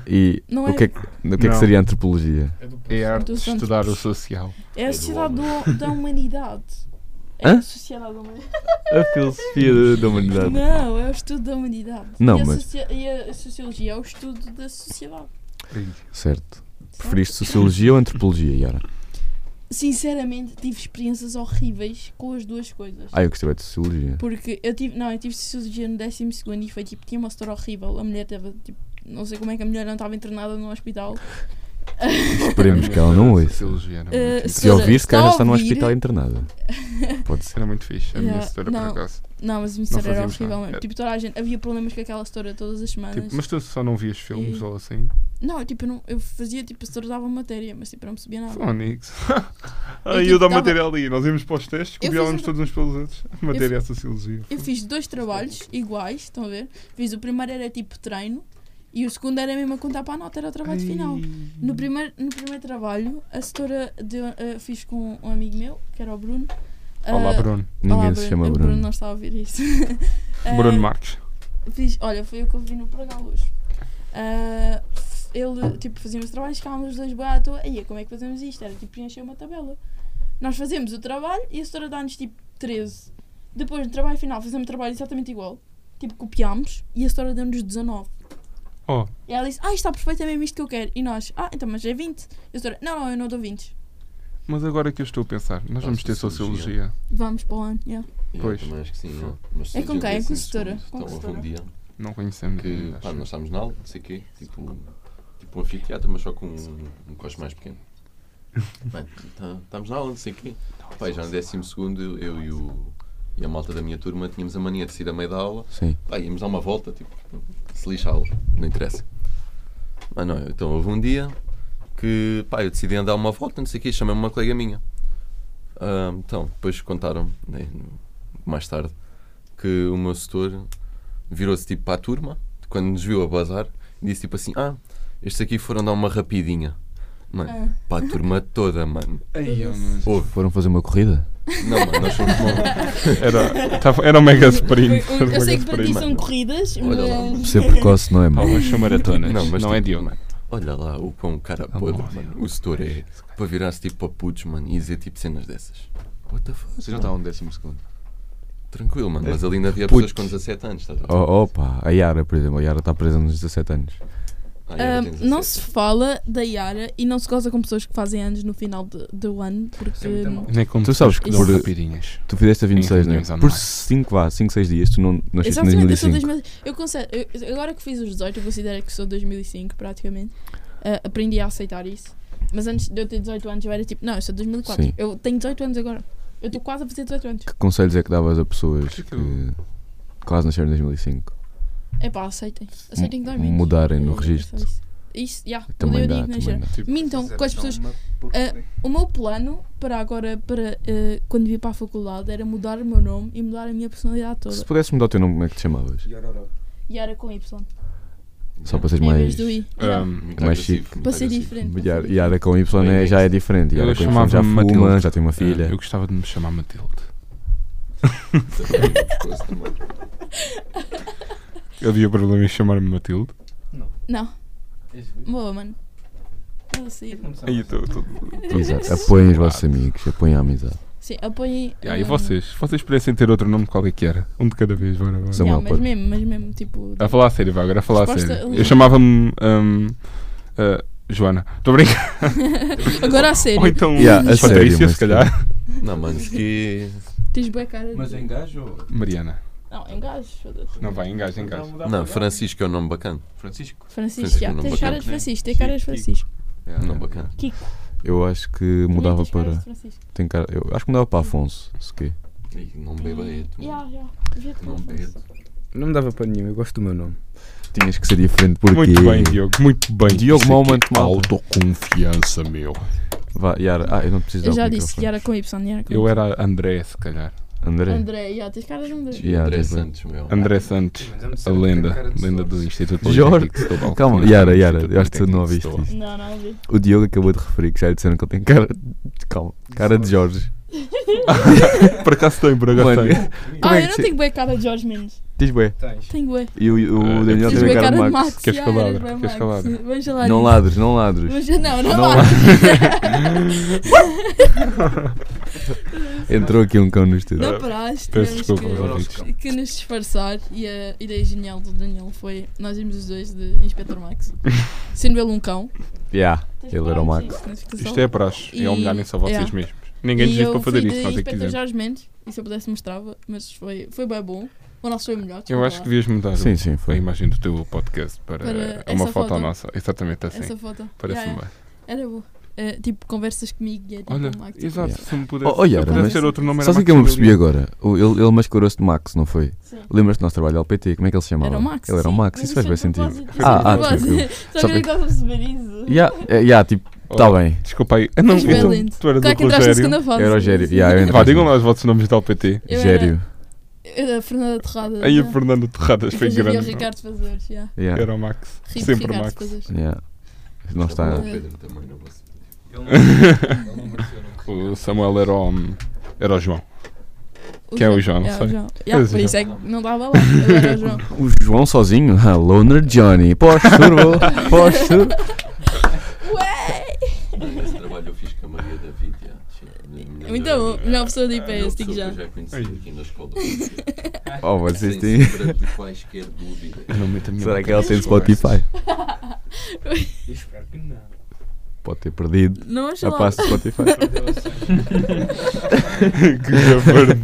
Speaker 2: e
Speaker 1: Não
Speaker 2: o
Speaker 1: é.
Speaker 2: que é que, o que, é que
Speaker 4: Não.
Speaker 2: seria a antropologia?
Speaker 4: É a arte
Speaker 1: Do
Speaker 4: de
Speaker 1: santo.
Speaker 4: estudar o social.
Speaker 1: É a
Speaker 3: do
Speaker 1: sociedade
Speaker 3: homem.
Speaker 1: do- da humanidade. É
Speaker 2: Hã?
Speaker 1: a sociedade da humanidade.
Speaker 2: A filosofia da- da humanidade.
Speaker 1: Não, é o estudo da humanidade.
Speaker 2: Não,
Speaker 1: e, a
Speaker 2: mas-
Speaker 1: socia- e a sociologia é o estudo da sociedade.
Speaker 2: Certo. Preferiste sociologia ou antropologia, Yara?
Speaker 1: Sinceramente, tive experiências horríveis com as duas coisas.
Speaker 2: Ah, eu gostei bem de sociologia.
Speaker 1: Porque eu tive, não, eu tive sociologia no décimo segundo e foi tipo, tinha uma história horrível. A mulher teve, tipo, não sei como é que a mulher não estava internada no hospital.
Speaker 2: Esperemos que ela não ouça.
Speaker 4: Sociologia era
Speaker 1: Eh,
Speaker 4: muito fixe.
Speaker 2: Se ouvir, se calhar já
Speaker 1: Está
Speaker 2: está
Speaker 1: a
Speaker 2: no
Speaker 1: ouvir?
Speaker 2: hospital internada. Pode ser.
Speaker 4: Era muito fixe. A minha
Speaker 1: Yeah,
Speaker 4: história,
Speaker 1: não.
Speaker 4: por acaso.
Speaker 1: Não, mas a minha história era
Speaker 4: fazíamos
Speaker 1: horrível
Speaker 4: nada.
Speaker 1: mesmo. Tipo, toda a gente, havia problemas com aquela história todas as semanas.
Speaker 4: Tipo, mas tu só não vias filmes
Speaker 1: E-
Speaker 4: ou assim?
Speaker 1: Não, tipo, eu, não, eu fazia, tipo, a história dava matéria, mas tipo, eu não percebia nada.
Speaker 4: Phonics.
Speaker 1: Eu,
Speaker 4: Aí
Speaker 1: tipo,
Speaker 4: eu da
Speaker 1: tava-
Speaker 4: matéria ali. Nós íamos para os testes,
Speaker 1: Eu fiz
Speaker 4: copiávamos
Speaker 1: um-
Speaker 4: todos uns pelos outros. A matéria é a sociologia.
Speaker 1: Eu fiz dois trabalhos iguais, estão a ver? Fiz o primeiro era tipo treino e o segundo era mesmo a contar para a nota, era o trabalho de final. No primeiro, no primeiro trabalho, a setora deu, eh, fiz com um amigo meu, que era o Bruno.
Speaker 4: Olá,
Speaker 1: Ah,
Speaker 4: Bruno.
Speaker 1: olá,
Speaker 2: Ninguém se chama
Speaker 1: O Bruno não
Speaker 2: Bruno.
Speaker 1: está a ouvir isso.
Speaker 4: Bruno
Speaker 1: Ah,
Speaker 4: Marques.
Speaker 1: Fiz, olha, foi o que eu vi no programa hoje. Ah, f- ele, tipo, fazíamos os trabalhos, ficávamos os dois bem à toa. Aí, como é que fazemos isto? Era tipo preencher uma tabela. Nós fazemos o trabalho e a senhora dá-nos tipo 13. Depois, no trabalho final, fazemos o trabalho exatamente igual. Tipo, copiámos e a senhora deu-nos 19.
Speaker 4: Oh,
Speaker 1: E ela disse, ah, isto está perfeito, é mesmo isto que eu quero. E nós, ah, então, mas é 20. E a senhora, não, não, eu não dou 20.
Speaker 4: mas agora que eu estou a pensar, nós vamos ter
Speaker 3: sociologia.
Speaker 4: sociologia.
Speaker 1: Vamos para o ano, yeah.
Speaker 3: Yeah,
Speaker 4: Pois.
Speaker 3: também acho que sim,
Speaker 4: Foi.
Speaker 3: é. Mas
Speaker 1: É com quem?
Speaker 3: surgiu
Speaker 1: Com
Speaker 3: esse
Speaker 1: setora?
Speaker 3: segundo,
Speaker 1: Com
Speaker 3: então, houve
Speaker 1: setora?
Speaker 3: um dia
Speaker 4: Não conhecemos.
Speaker 3: que
Speaker 4: acho
Speaker 3: pá,
Speaker 4: eu.
Speaker 3: nós estávamos na aula, não sei o quê, tipo, tipo um anfiteatro, mas só com um, um coche mais pequeno. Bem, tá- estávamos na aula, não sei o quê. Pá, e já no décimo segundo, eu e, o, e a malta da minha turma tínhamos a mania de sair a meio da aula,
Speaker 2: Sim.
Speaker 3: pá, íamos dar uma volta, tipo, se lixa a aula, não interessa. Ah, não, então houve um dia que, pá, eu decidi andar uma volta, não sei o quê, chamei uma colega minha. Ah, então, depois contaram né, no- mais tarde que o meu setor virou-se tipo para a turma, quando nos viu a bazar, e disse tipo assim: Ah, estes aqui foram dar uma rapidinha. Mano,
Speaker 1: Ah.
Speaker 3: para a turma toda, mano.
Speaker 4: Ai, eu, mas-
Speaker 3: Houve.
Speaker 2: Foram fazer uma corrida?
Speaker 3: Não, mano, nós fomos uma-
Speaker 4: Era, tava- era um mega sprint.
Speaker 1: Eu,
Speaker 4: Era um
Speaker 1: eu sei
Speaker 4: mega
Speaker 1: que para ti
Speaker 4: sprint.
Speaker 1: são corridas,
Speaker 3: Olha lá,
Speaker 1: mas...
Speaker 2: Ser precoce não é mau.
Speaker 4: Algumas são maratonas.
Speaker 3: Não,
Speaker 4: Não,
Speaker 3: mas
Speaker 4: é
Speaker 3: tipo-
Speaker 4: de homem.
Speaker 3: Olha lá o pão cara podre, mano. O setor é para virar-se tipo para putos, mano, e dizer tipo cenas dessas. What the fuck?
Speaker 6: Vocês não estavam no décimo segundo.
Speaker 3: Tranquilo,
Speaker 2: É
Speaker 3: mano, mas ali ainda havia
Speaker 2: Putos.
Speaker 3: pessoas com 17 anos, estás a ver?
Speaker 2: tá Oh, opa, a Yara, por exemplo, a Yara está presa nos 17 anos.
Speaker 3: Ah,
Speaker 1: Ah,
Speaker 3: Yara tem
Speaker 1: não
Speaker 3: 17.
Speaker 1: se fala da Yara e não se goza com pessoas que fazem anos no final de- do ano,
Speaker 5: Isso
Speaker 1: porque
Speaker 5: é muito mal.
Speaker 4: Nem como
Speaker 2: Tu sabes
Speaker 1: que
Speaker 4: por
Speaker 1: por-
Speaker 4: rapidinhas.
Speaker 2: Tu fizeste a 26,
Speaker 4: Em
Speaker 2: né?
Speaker 4: reuniões
Speaker 2: Por
Speaker 4: online.
Speaker 2: 5, vá, 5, 6 dias, tu não nasceste em
Speaker 1: Exatamente, eu sou
Speaker 2: 2005.
Speaker 1: 2000. Eu considero, eu- agora que fiz os 18, eu considero que sou 2005, praticamente. Ah, aprendi a aceitar isso. Mas antes de eu ter 18 anos, eu era tipo, não, eu sou 2004.
Speaker 2: Sim.
Speaker 1: Eu tenho 18 anos agora. Eu estou quase a fazer 18 anos.
Speaker 2: Que conselhos é que davas a pessoas que
Speaker 4: Porquê que eu-
Speaker 2: quase nasceram em 2005?
Speaker 1: É pá, aceitem. Aceitem que dói menos.
Speaker 2: Mudarem no
Speaker 1: É, é
Speaker 2: registro.
Speaker 1: só Isso, isso já, mudei
Speaker 2: Também
Speaker 1: o dia
Speaker 2: dá,
Speaker 1: que
Speaker 2: também
Speaker 1: nasceram.
Speaker 2: dá.
Speaker 1: Mintam Então, com as pessoas. Ah. O meu plano para agora, para ah, quando vim para a faculdade, era mudar o meu nome e mudar a minha personalidade
Speaker 2: Se
Speaker 1: toda.
Speaker 2: pudesse mudar o teu nome, como é que te chamavas?
Speaker 1: E era com Y.
Speaker 2: Só para seres
Speaker 1: Em vez
Speaker 2: mais.
Speaker 1: É, do I.
Speaker 4: Ah,
Speaker 1: então, Yeah.
Speaker 3: Muito
Speaker 2: mais
Speaker 3: agressivo,
Speaker 2: chique.
Speaker 3: muito
Speaker 1: Para ser
Speaker 3: agressivo.
Speaker 1: diferente. para ser
Speaker 2: Yara-
Speaker 1: diferente.
Speaker 2: Yara com Y né, já é diferente. Yara
Speaker 4: Eu
Speaker 2: com Y já
Speaker 4: chamava-me
Speaker 2: fuma,
Speaker 4: Matilde. É,
Speaker 2: já tem uma filha.
Speaker 4: Eu gostava de me chamar Matilde.
Speaker 3: Coisa também.
Speaker 4: Havia problema em chamar-me Matilde.
Speaker 1: Não.
Speaker 5: É
Speaker 1: Boa, mano. Eu sei.
Speaker 4: Aí estou.
Speaker 2: Exato. Apoiem os vossos amigos, apoiem a amizade.
Speaker 1: Sim, apoiem.
Speaker 4: Ah, e
Speaker 1: hum,
Speaker 4: vocês? Vocês parecem ter outro nome qual é que era? Um de cada vez, bora, bora.
Speaker 2: São-
Speaker 1: yeah,
Speaker 2: Samuel
Speaker 1: mas
Speaker 2: Porto.
Speaker 1: mesmo, mas mesmo, tipo.
Speaker 4: A falar a sério, vá, agora a falar a
Speaker 1: Resposta um.
Speaker 4: sério.
Speaker 1: legítima.
Speaker 4: Eu chamava-me hum, ah, Joana. Estou a brincar.
Speaker 1: Agora a sério.
Speaker 4: Ou então
Speaker 2: Yeah, a
Speaker 4: Patrícia,
Speaker 2: sério, mas-
Speaker 4: se calhar.
Speaker 3: Não, mano, se que.
Speaker 1: Tens boa cara. de-
Speaker 5: Mas em gajo?
Speaker 4: Mariana.
Speaker 1: Não, engajo. foda-se.
Speaker 4: Não vai, engaja, engaja.
Speaker 3: Não, Francisco é um nome bacana.
Speaker 5: Francisco.
Speaker 1: Francisco,
Speaker 3: Francisco,
Speaker 1: já.
Speaker 3: não
Speaker 1: Tens
Speaker 3: bacana,
Speaker 1: cara de
Speaker 5: né?
Speaker 1: Francisco, tem cara de
Speaker 5: Kiko,
Speaker 1: Francisco.
Speaker 3: É um nome
Speaker 2: É.
Speaker 3: bacana.
Speaker 1: Kiko.
Speaker 2: Eu acho que mudava
Speaker 1: também tens cara
Speaker 2: para.
Speaker 1: de Francisco.
Speaker 2: Tem cara, eu acho que mudava para Afonso, se quê.
Speaker 3: Ih, Nome bem
Speaker 5: é
Speaker 3: baeto. mano.
Speaker 1: Yeah, yeah. Devia ter
Speaker 3: Nome
Speaker 1: Afonso.
Speaker 3: baeto.
Speaker 5: Não me dava para nenhum, eu gosto do meu nome.
Speaker 2: Tinhas que ser diferente porque.
Speaker 4: Muito bem, Diogo, muito bem.
Speaker 2: Diogo
Speaker 4: Isso aqui
Speaker 2: Moment,
Speaker 4: é
Speaker 2: malta.
Speaker 4: Autoconfiança, meu.
Speaker 2: Vá, Yara. Ah, eu não preciso
Speaker 1: Eu
Speaker 2: dar
Speaker 1: já
Speaker 2: o
Speaker 1: disse que
Speaker 2: microfone.
Speaker 1: era com Y, Yara com
Speaker 4: Eu
Speaker 1: Y.
Speaker 4: era André, se calhar.
Speaker 2: André.
Speaker 1: André, já. Tens cara de André.
Speaker 2: Yeah, Ah,
Speaker 3: André
Speaker 2: tens bem.
Speaker 3: Santos, meu.
Speaker 4: André Santos, a
Speaker 5: é
Speaker 4: lenda. Lenda do Instituto
Speaker 2: Jorge.
Speaker 4: Politécnico de Setúbal.
Speaker 2: Calma,
Speaker 4: Sim,
Speaker 2: Yara,
Speaker 4: Instituto
Speaker 2: Yara, eu acho que tu não
Speaker 4: Politécnico de
Speaker 2: ouviste
Speaker 4: Setúbal.
Speaker 2: isto.
Speaker 1: Não, não vi.
Speaker 2: O Diogo acabou de referir que já lhe disseram que ele tem cara de. Calma, cara de Jorge.
Speaker 4: Por acaso tem, por acaso
Speaker 2: Mano,
Speaker 4: tem.
Speaker 2: Como
Speaker 1: Ah,
Speaker 2: é
Speaker 1: eu
Speaker 2: que
Speaker 1: não
Speaker 2: se-
Speaker 1: tenho boa cara de Jorge Mendes.
Speaker 2: diz bué.
Speaker 1: Tenho boa.
Speaker 2: E o, o
Speaker 4: Ah,
Speaker 2: Daniel
Speaker 1: Tens
Speaker 4: eu
Speaker 2: tem
Speaker 4: preciso
Speaker 2: a
Speaker 1: boa cara
Speaker 2: cara
Speaker 1: de
Speaker 2: de
Speaker 1: Max.
Speaker 2: Max.
Speaker 4: Queres
Speaker 1: já,
Speaker 4: calar?
Speaker 1: eras bem
Speaker 4: Queres
Speaker 1: Max.
Speaker 4: calar?
Speaker 1: Vamos gelar
Speaker 2: Não
Speaker 1: isso.
Speaker 2: ladres, não ladres.
Speaker 1: Mas não, não,
Speaker 2: Não
Speaker 1: lá.
Speaker 2: Entrou aqui um cão no estúdio.
Speaker 1: Não paraste.
Speaker 4: Peço
Speaker 1: tivemos
Speaker 4: desculpa
Speaker 1: que-
Speaker 4: aos ouvintes.
Speaker 1: que nos disfarçar e a ideia genial do Daniel foi nós irmos os dois de Inspector Max, sendo ele um cão.
Speaker 2: Yeah, ele era o Max.
Speaker 4: Isto é praxe, é
Speaker 1: E-
Speaker 4: humilharem só vocês
Speaker 1: yeah.
Speaker 4: mesmos. Ninguém nos diz para fazer isso,
Speaker 1: Eu
Speaker 4: nós
Speaker 1: fui
Speaker 4: é
Speaker 1: de
Speaker 4: que
Speaker 1: Inspector
Speaker 4: fizemos.
Speaker 1: Jorge Mendes, e se eu pudesse mostrava, mas foi, foi bem bom. O nosso foi melhor.
Speaker 4: Eu
Speaker 1: desculpa
Speaker 4: acho
Speaker 1: lá.
Speaker 4: que devias mudar
Speaker 2: Sim, sim,
Speaker 4: a
Speaker 2: foi.
Speaker 4: imagem do teu podcast para,
Speaker 1: Para
Speaker 4: uma
Speaker 1: essa
Speaker 4: foto,
Speaker 1: foto.
Speaker 4: nossa. Exatamente assim.
Speaker 1: Essa foto.
Speaker 4: Parece-me
Speaker 1: Yeah,
Speaker 4: bem.
Speaker 1: yeah. Era boa. Eh, tipo, conversas comigo e é tipo
Speaker 4: Olha,
Speaker 1: um Max.
Speaker 4: exato,
Speaker 2: Yeah.
Speaker 4: se me pudesse,
Speaker 2: Oh, oh, Yara,
Speaker 4: se eu pudesse
Speaker 2: mas-
Speaker 4: ter outro nome era
Speaker 2: Sabe o que é que eu me percebi agora? O- Ele, ele mascarou-se de Max, não foi?
Speaker 1: Sim.
Speaker 2: Lembras-te do nosso trabalho de LPT? Como é que ele se chamava?
Speaker 1: Era o Max.
Speaker 2: Ele era o
Speaker 1: sim,
Speaker 2: Max,
Speaker 1: mas
Speaker 2: isso faz bem
Speaker 1: é de
Speaker 2: sentido.
Speaker 1: propósito, isso
Speaker 2: Ah,
Speaker 1: é de
Speaker 2: ah,
Speaker 1: propósito.
Speaker 2: tranquilo.
Speaker 1: Só que
Speaker 2: Só
Speaker 1: eu
Speaker 2: que-
Speaker 1: nem estava a perceber isso.
Speaker 2: Yeah, eh, yeah, tipo,
Speaker 4: Oh.
Speaker 2: tá bem.
Speaker 4: Desculpa aí. Ah, não,
Speaker 1: És bem
Speaker 4: então,
Speaker 1: lindo.
Speaker 4: tu eras
Speaker 1: Claro que entraste
Speaker 4: o
Speaker 1: na
Speaker 4: Rogério.
Speaker 1: segunda fase.
Speaker 2: Era o Gério. Yeah, eu entrei
Speaker 4: Vá,
Speaker 2: na
Speaker 4: digam lá os vossos nomes de LPT.
Speaker 1: Eu era-
Speaker 2: Gério.
Speaker 1: Era a Fernanda Terrada.
Speaker 4: Aí a
Speaker 1: já.
Speaker 4: Fernando Terradas foi
Speaker 1: Depois havia o
Speaker 4: grande.
Speaker 1: Ricardo Fazeres, já.
Speaker 2: Yeah,
Speaker 4: Era o Max.
Speaker 1: Ri-
Speaker 4: Sempre
Speaker 1: Ricardo
Speaker 4: Max.
Speaker 1: Fazeres.
Speaker 2: yeah. Não
Speaker 3: Tá
Speaker 2: está.
Speaker 3: bom, Pedro, também não vou-
Speaker 4: O Samuel era o, era o João. Que é o João, não
Speaker 1: é, o
Speaker 4: sei.
Speaker 1: João. Yeah,
Speaker 4: o
Speaker 1: por
Speaker 4: João.
Speaker 1: isso é que não dava lá. Ele era o João.
Speaker 2: O João sozinho? Ah, Loner Johnny. Pós-turbo. Pós-turbo.
Speaker 1: Ué!
Speaker 3: Esse trabalho eu fiz com a Maria David. já. Sim,
Speaker 1: Então,
Speaker 3: melhor-
Speaker 1: melhor pessoa de
Speaker 3: a
Speaker 1: IPS, digo
Speaker 3: pessoa
Speaker 1: já.
Speaker 3: que eu já conheci aqui na escola. Sem
Speaker 2: Oh, vocês têm.
Speaker 3: sombra de tipo,
Speaker 4: tipo,
Speaker 3: quaisquer dúvidas.
Speaker 2: Será que ela
Speaker 4: é
Speaker 2: tem Spotify?
Speaker 5: Espero que não.
Speaker 2: Pode ter perdido
Speaker 1: Não vamos
Speaker 2: a
Speaker 1: falar,
Speaker 2: pasta do Spotify.
Speaker 4: Que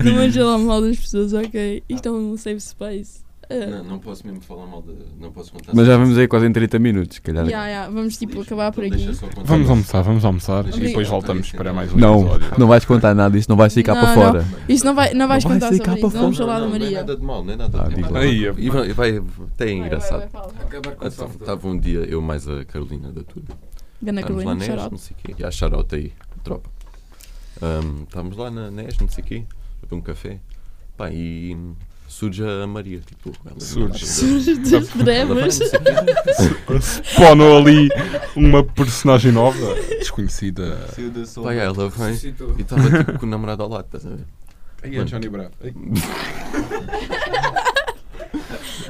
Speaker 1: não vamos falar mal das pessoas, ok? Isto é um safe space. Ah.
Speaker 3: Não, não posso mesmo falar mal de. Não posso contar.
Speaker 2: Mas já vamos aí quase em 30 minutos, se calhar.
Speaker 1: yeah, yeah, vamos tipo acabar por
Speaker 3: Então
Speaker 1: aqui.
Speaker 4: Vamos almoçar, vamos almoçar e
Speaker 1: Obrigada.
Speaker 4: depois voltamos para mais um
Speaker 2: Não,
Speaker 4: episódio.
Speaker 2: não vais contar nada, isso não vais ficar
Speaker 1: Não,
Speaker 2: para
Speaker 1: não.
Speaker 2: fora.
Speaker 1: Isto não, vai, não vais
Speaker 2: Não vai
Speaker 1: contar
Speaker 2: ficar
Speaker 1: sobre
Speaker 2: para
Speaker 1: isso, não vamos
Speaker 2: fora.
Speaker 1: falar da
Speaker 3: Não é
Speaker 1: Maria.
Speaker 3: nada de mal, não é nada
Speaker 2: Ah,
Speaker 3: de
Speaker 2: diz
Speaker 3: mal.
Speaker 2: lá.
Speaker 4: Aí, é-
Speaker 3: E vai, vai, até é engraçado.
Speaker 5: Acabar com
Speaker 3: Então, Estava um dia eu mais a Carolina da turma.
Speaker 1: Gana
Speaker 3: Estávamos lá
Speaker 1: Carolina,
Speaker 3: na
Speaker 1: shout
Speaker 3: ES, não
Speaker 1: out.
Speaker 3: sei o quê. E a shoutout aí, tropa. Ahm, estávamos lá na NES, não sei o quê, a beber um café. Pá, e hum, surge a Maria, tipo, ela
Speaker 4: Surge.
Speaker 1: Surge das
Speaker 3: Ela vai, não
Speaker 1: trevas.
Speaker 3: sei o quê.
Speaker 4: Spawnam ali uma personagem nova, desconhecida.
Speaker 3: Pá, ela vem e estava tipo com o namorado ao lado, estás a ver?
Speaker 4: Aí
Speaker 3: é
Speaker 4: Johnny Bravo.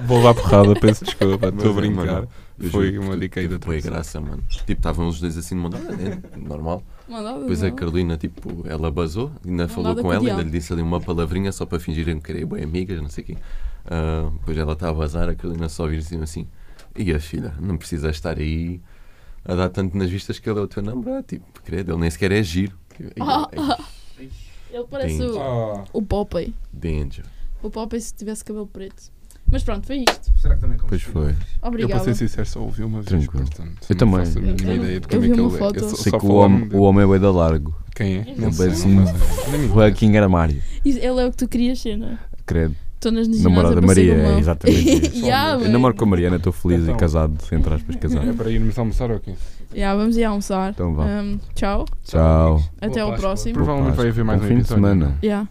Speaker 4: Vou dar porrada, peço desculpa, estou a
Speaker 3: Mas é,
Speaker 4: brincar.
Speaker 3: mano, eu
Speaker 4: Foi
Speaker 3: juro que
Speaker 4: uma
Speaker 3: tu-
Speaker 4: dica aí
Speaker 3: teve
Speaker 4: da
Speaker 3: bué
Speaker 4: Teresa.
Speaker 3: graça, mano. Tipo, estavam os dois assim de mão dada, né? normal.
Speaker 1: Mandada,
Speaker 3: Depois a
Speaker 1: não.
Speaker 3: é, Carolina, tipo, ela basou, ainda falou
Speaker 1: nada
Speaker 3: com ela,
Speaker 1: cordial.
Speaker 3: ainda lhe disse ali uma palavrinha só para fingirem que querem bem amigas, não sei o quê. Ah, depois ela está a vazar, a Carolina só vira assim, assim. E a filha, não precisa estar aí a dar tanto nas vistas que ele é o teu namorado. Tipo, credo, ele nem sequer é giro. é E-
Speaker 1: Ah,
Speaker 3: e-
Speaker 1: Ele parece
Speaker 3: Tem.
Speaker 1: o,
Speaker 4: Ah,
Speaker 1: o Popeye.
Speaker 3: Danger.
Speaker 1: O Popeye se tivesse cabelo preto. Mas pronto, foi isto.
Speaker 5: Será que também
Speaker 3: Pois foi.
Speaker 4: eu, para
Speaker 1: Obrigada.
Speaker 4: ser sincero, só ouvi uma vez.
Speaker 2: Tranquilo.
Speaker 4: portanto,
Speaker 2: Eu
Speaker 4: não
Speaker 2: também.
Speaker 4: faço a mínima
Speaker 1: Eu-
Speaker 4: ideia de
Speaker 1: eu
Speaker 4: como
Speaker 1: vi
Speaker 4: é que
Speaker 1: uma
Speaker 4: ele é.
Speaker 1: foto.
Speaker 4: Eu só-
Speaker 2: Sei
Speaker 4: só
Speaker 2: que o
Speaker 4: falo
Speaker 2: homem,
Speaker 4: nome
Speaker 2: o
Speaker 4: dele.
Speaker 2: homem é bué da largo.
Speaker 4: Quem é?
Speaker 2: É
Speaker 4: Não sei.
Speaker 2: bué assim. Joaquim era Mário.
Speaker 1: Isso- Ele é o que tu querias ser, não é?
Speaker 2: Credo.
Speaker 1: Estou nas nas
Speaker 2: assim- Namorada
Speaker 1: ginásio para ser
Speaker 2: Maria,
Speaker 1: gumão.
Speaker 2: é exatamente isso.
Speaker 1: yeah,
Speaker 2: Eu namoro com a Mariana, estou feliz e
Speaker 4: Então.
Speaker 2: casado, entre aspas,
Speaker 4: É
Speaker 2: casado.
Speaker 4: para irmos almoçar ou quê?
Speaker 1: Yeah, vamos ir almoçar.
Speaker 2: Então vá.
Speaker 1: Um, tchau.
Speaker 2: Tchau.
Speaker 1: Até ao próximo.
Speaker 4: Provavelmente vai haver mais
Speaker 2: Bom
Speaker 4: um
Speaker 2: fim de
Speaker 4: episódio. Então,
Speaker 2: semana.
Speaker 1: Yeah.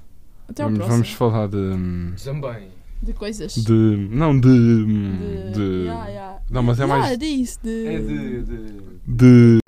Speaker 1: Até ao
Speaker 4: Vamos,
Speaker 1: próximo.
Speaker 4: vamos falar de. hum,
Speaker 5: Também.
Speaker 1: De coisas.
Speaker 4: De. Não, de. hum,
Speaker 1: De-
Speaker 4: de-
Speaker 1: Yeah, yeah.
Speaker 4: Não, mas é
Speaker 1: Yeah,
Speaker 4: mais.
Speaker 1: disso, de-
Speaker 5: É de- de...
Speaker 4: De.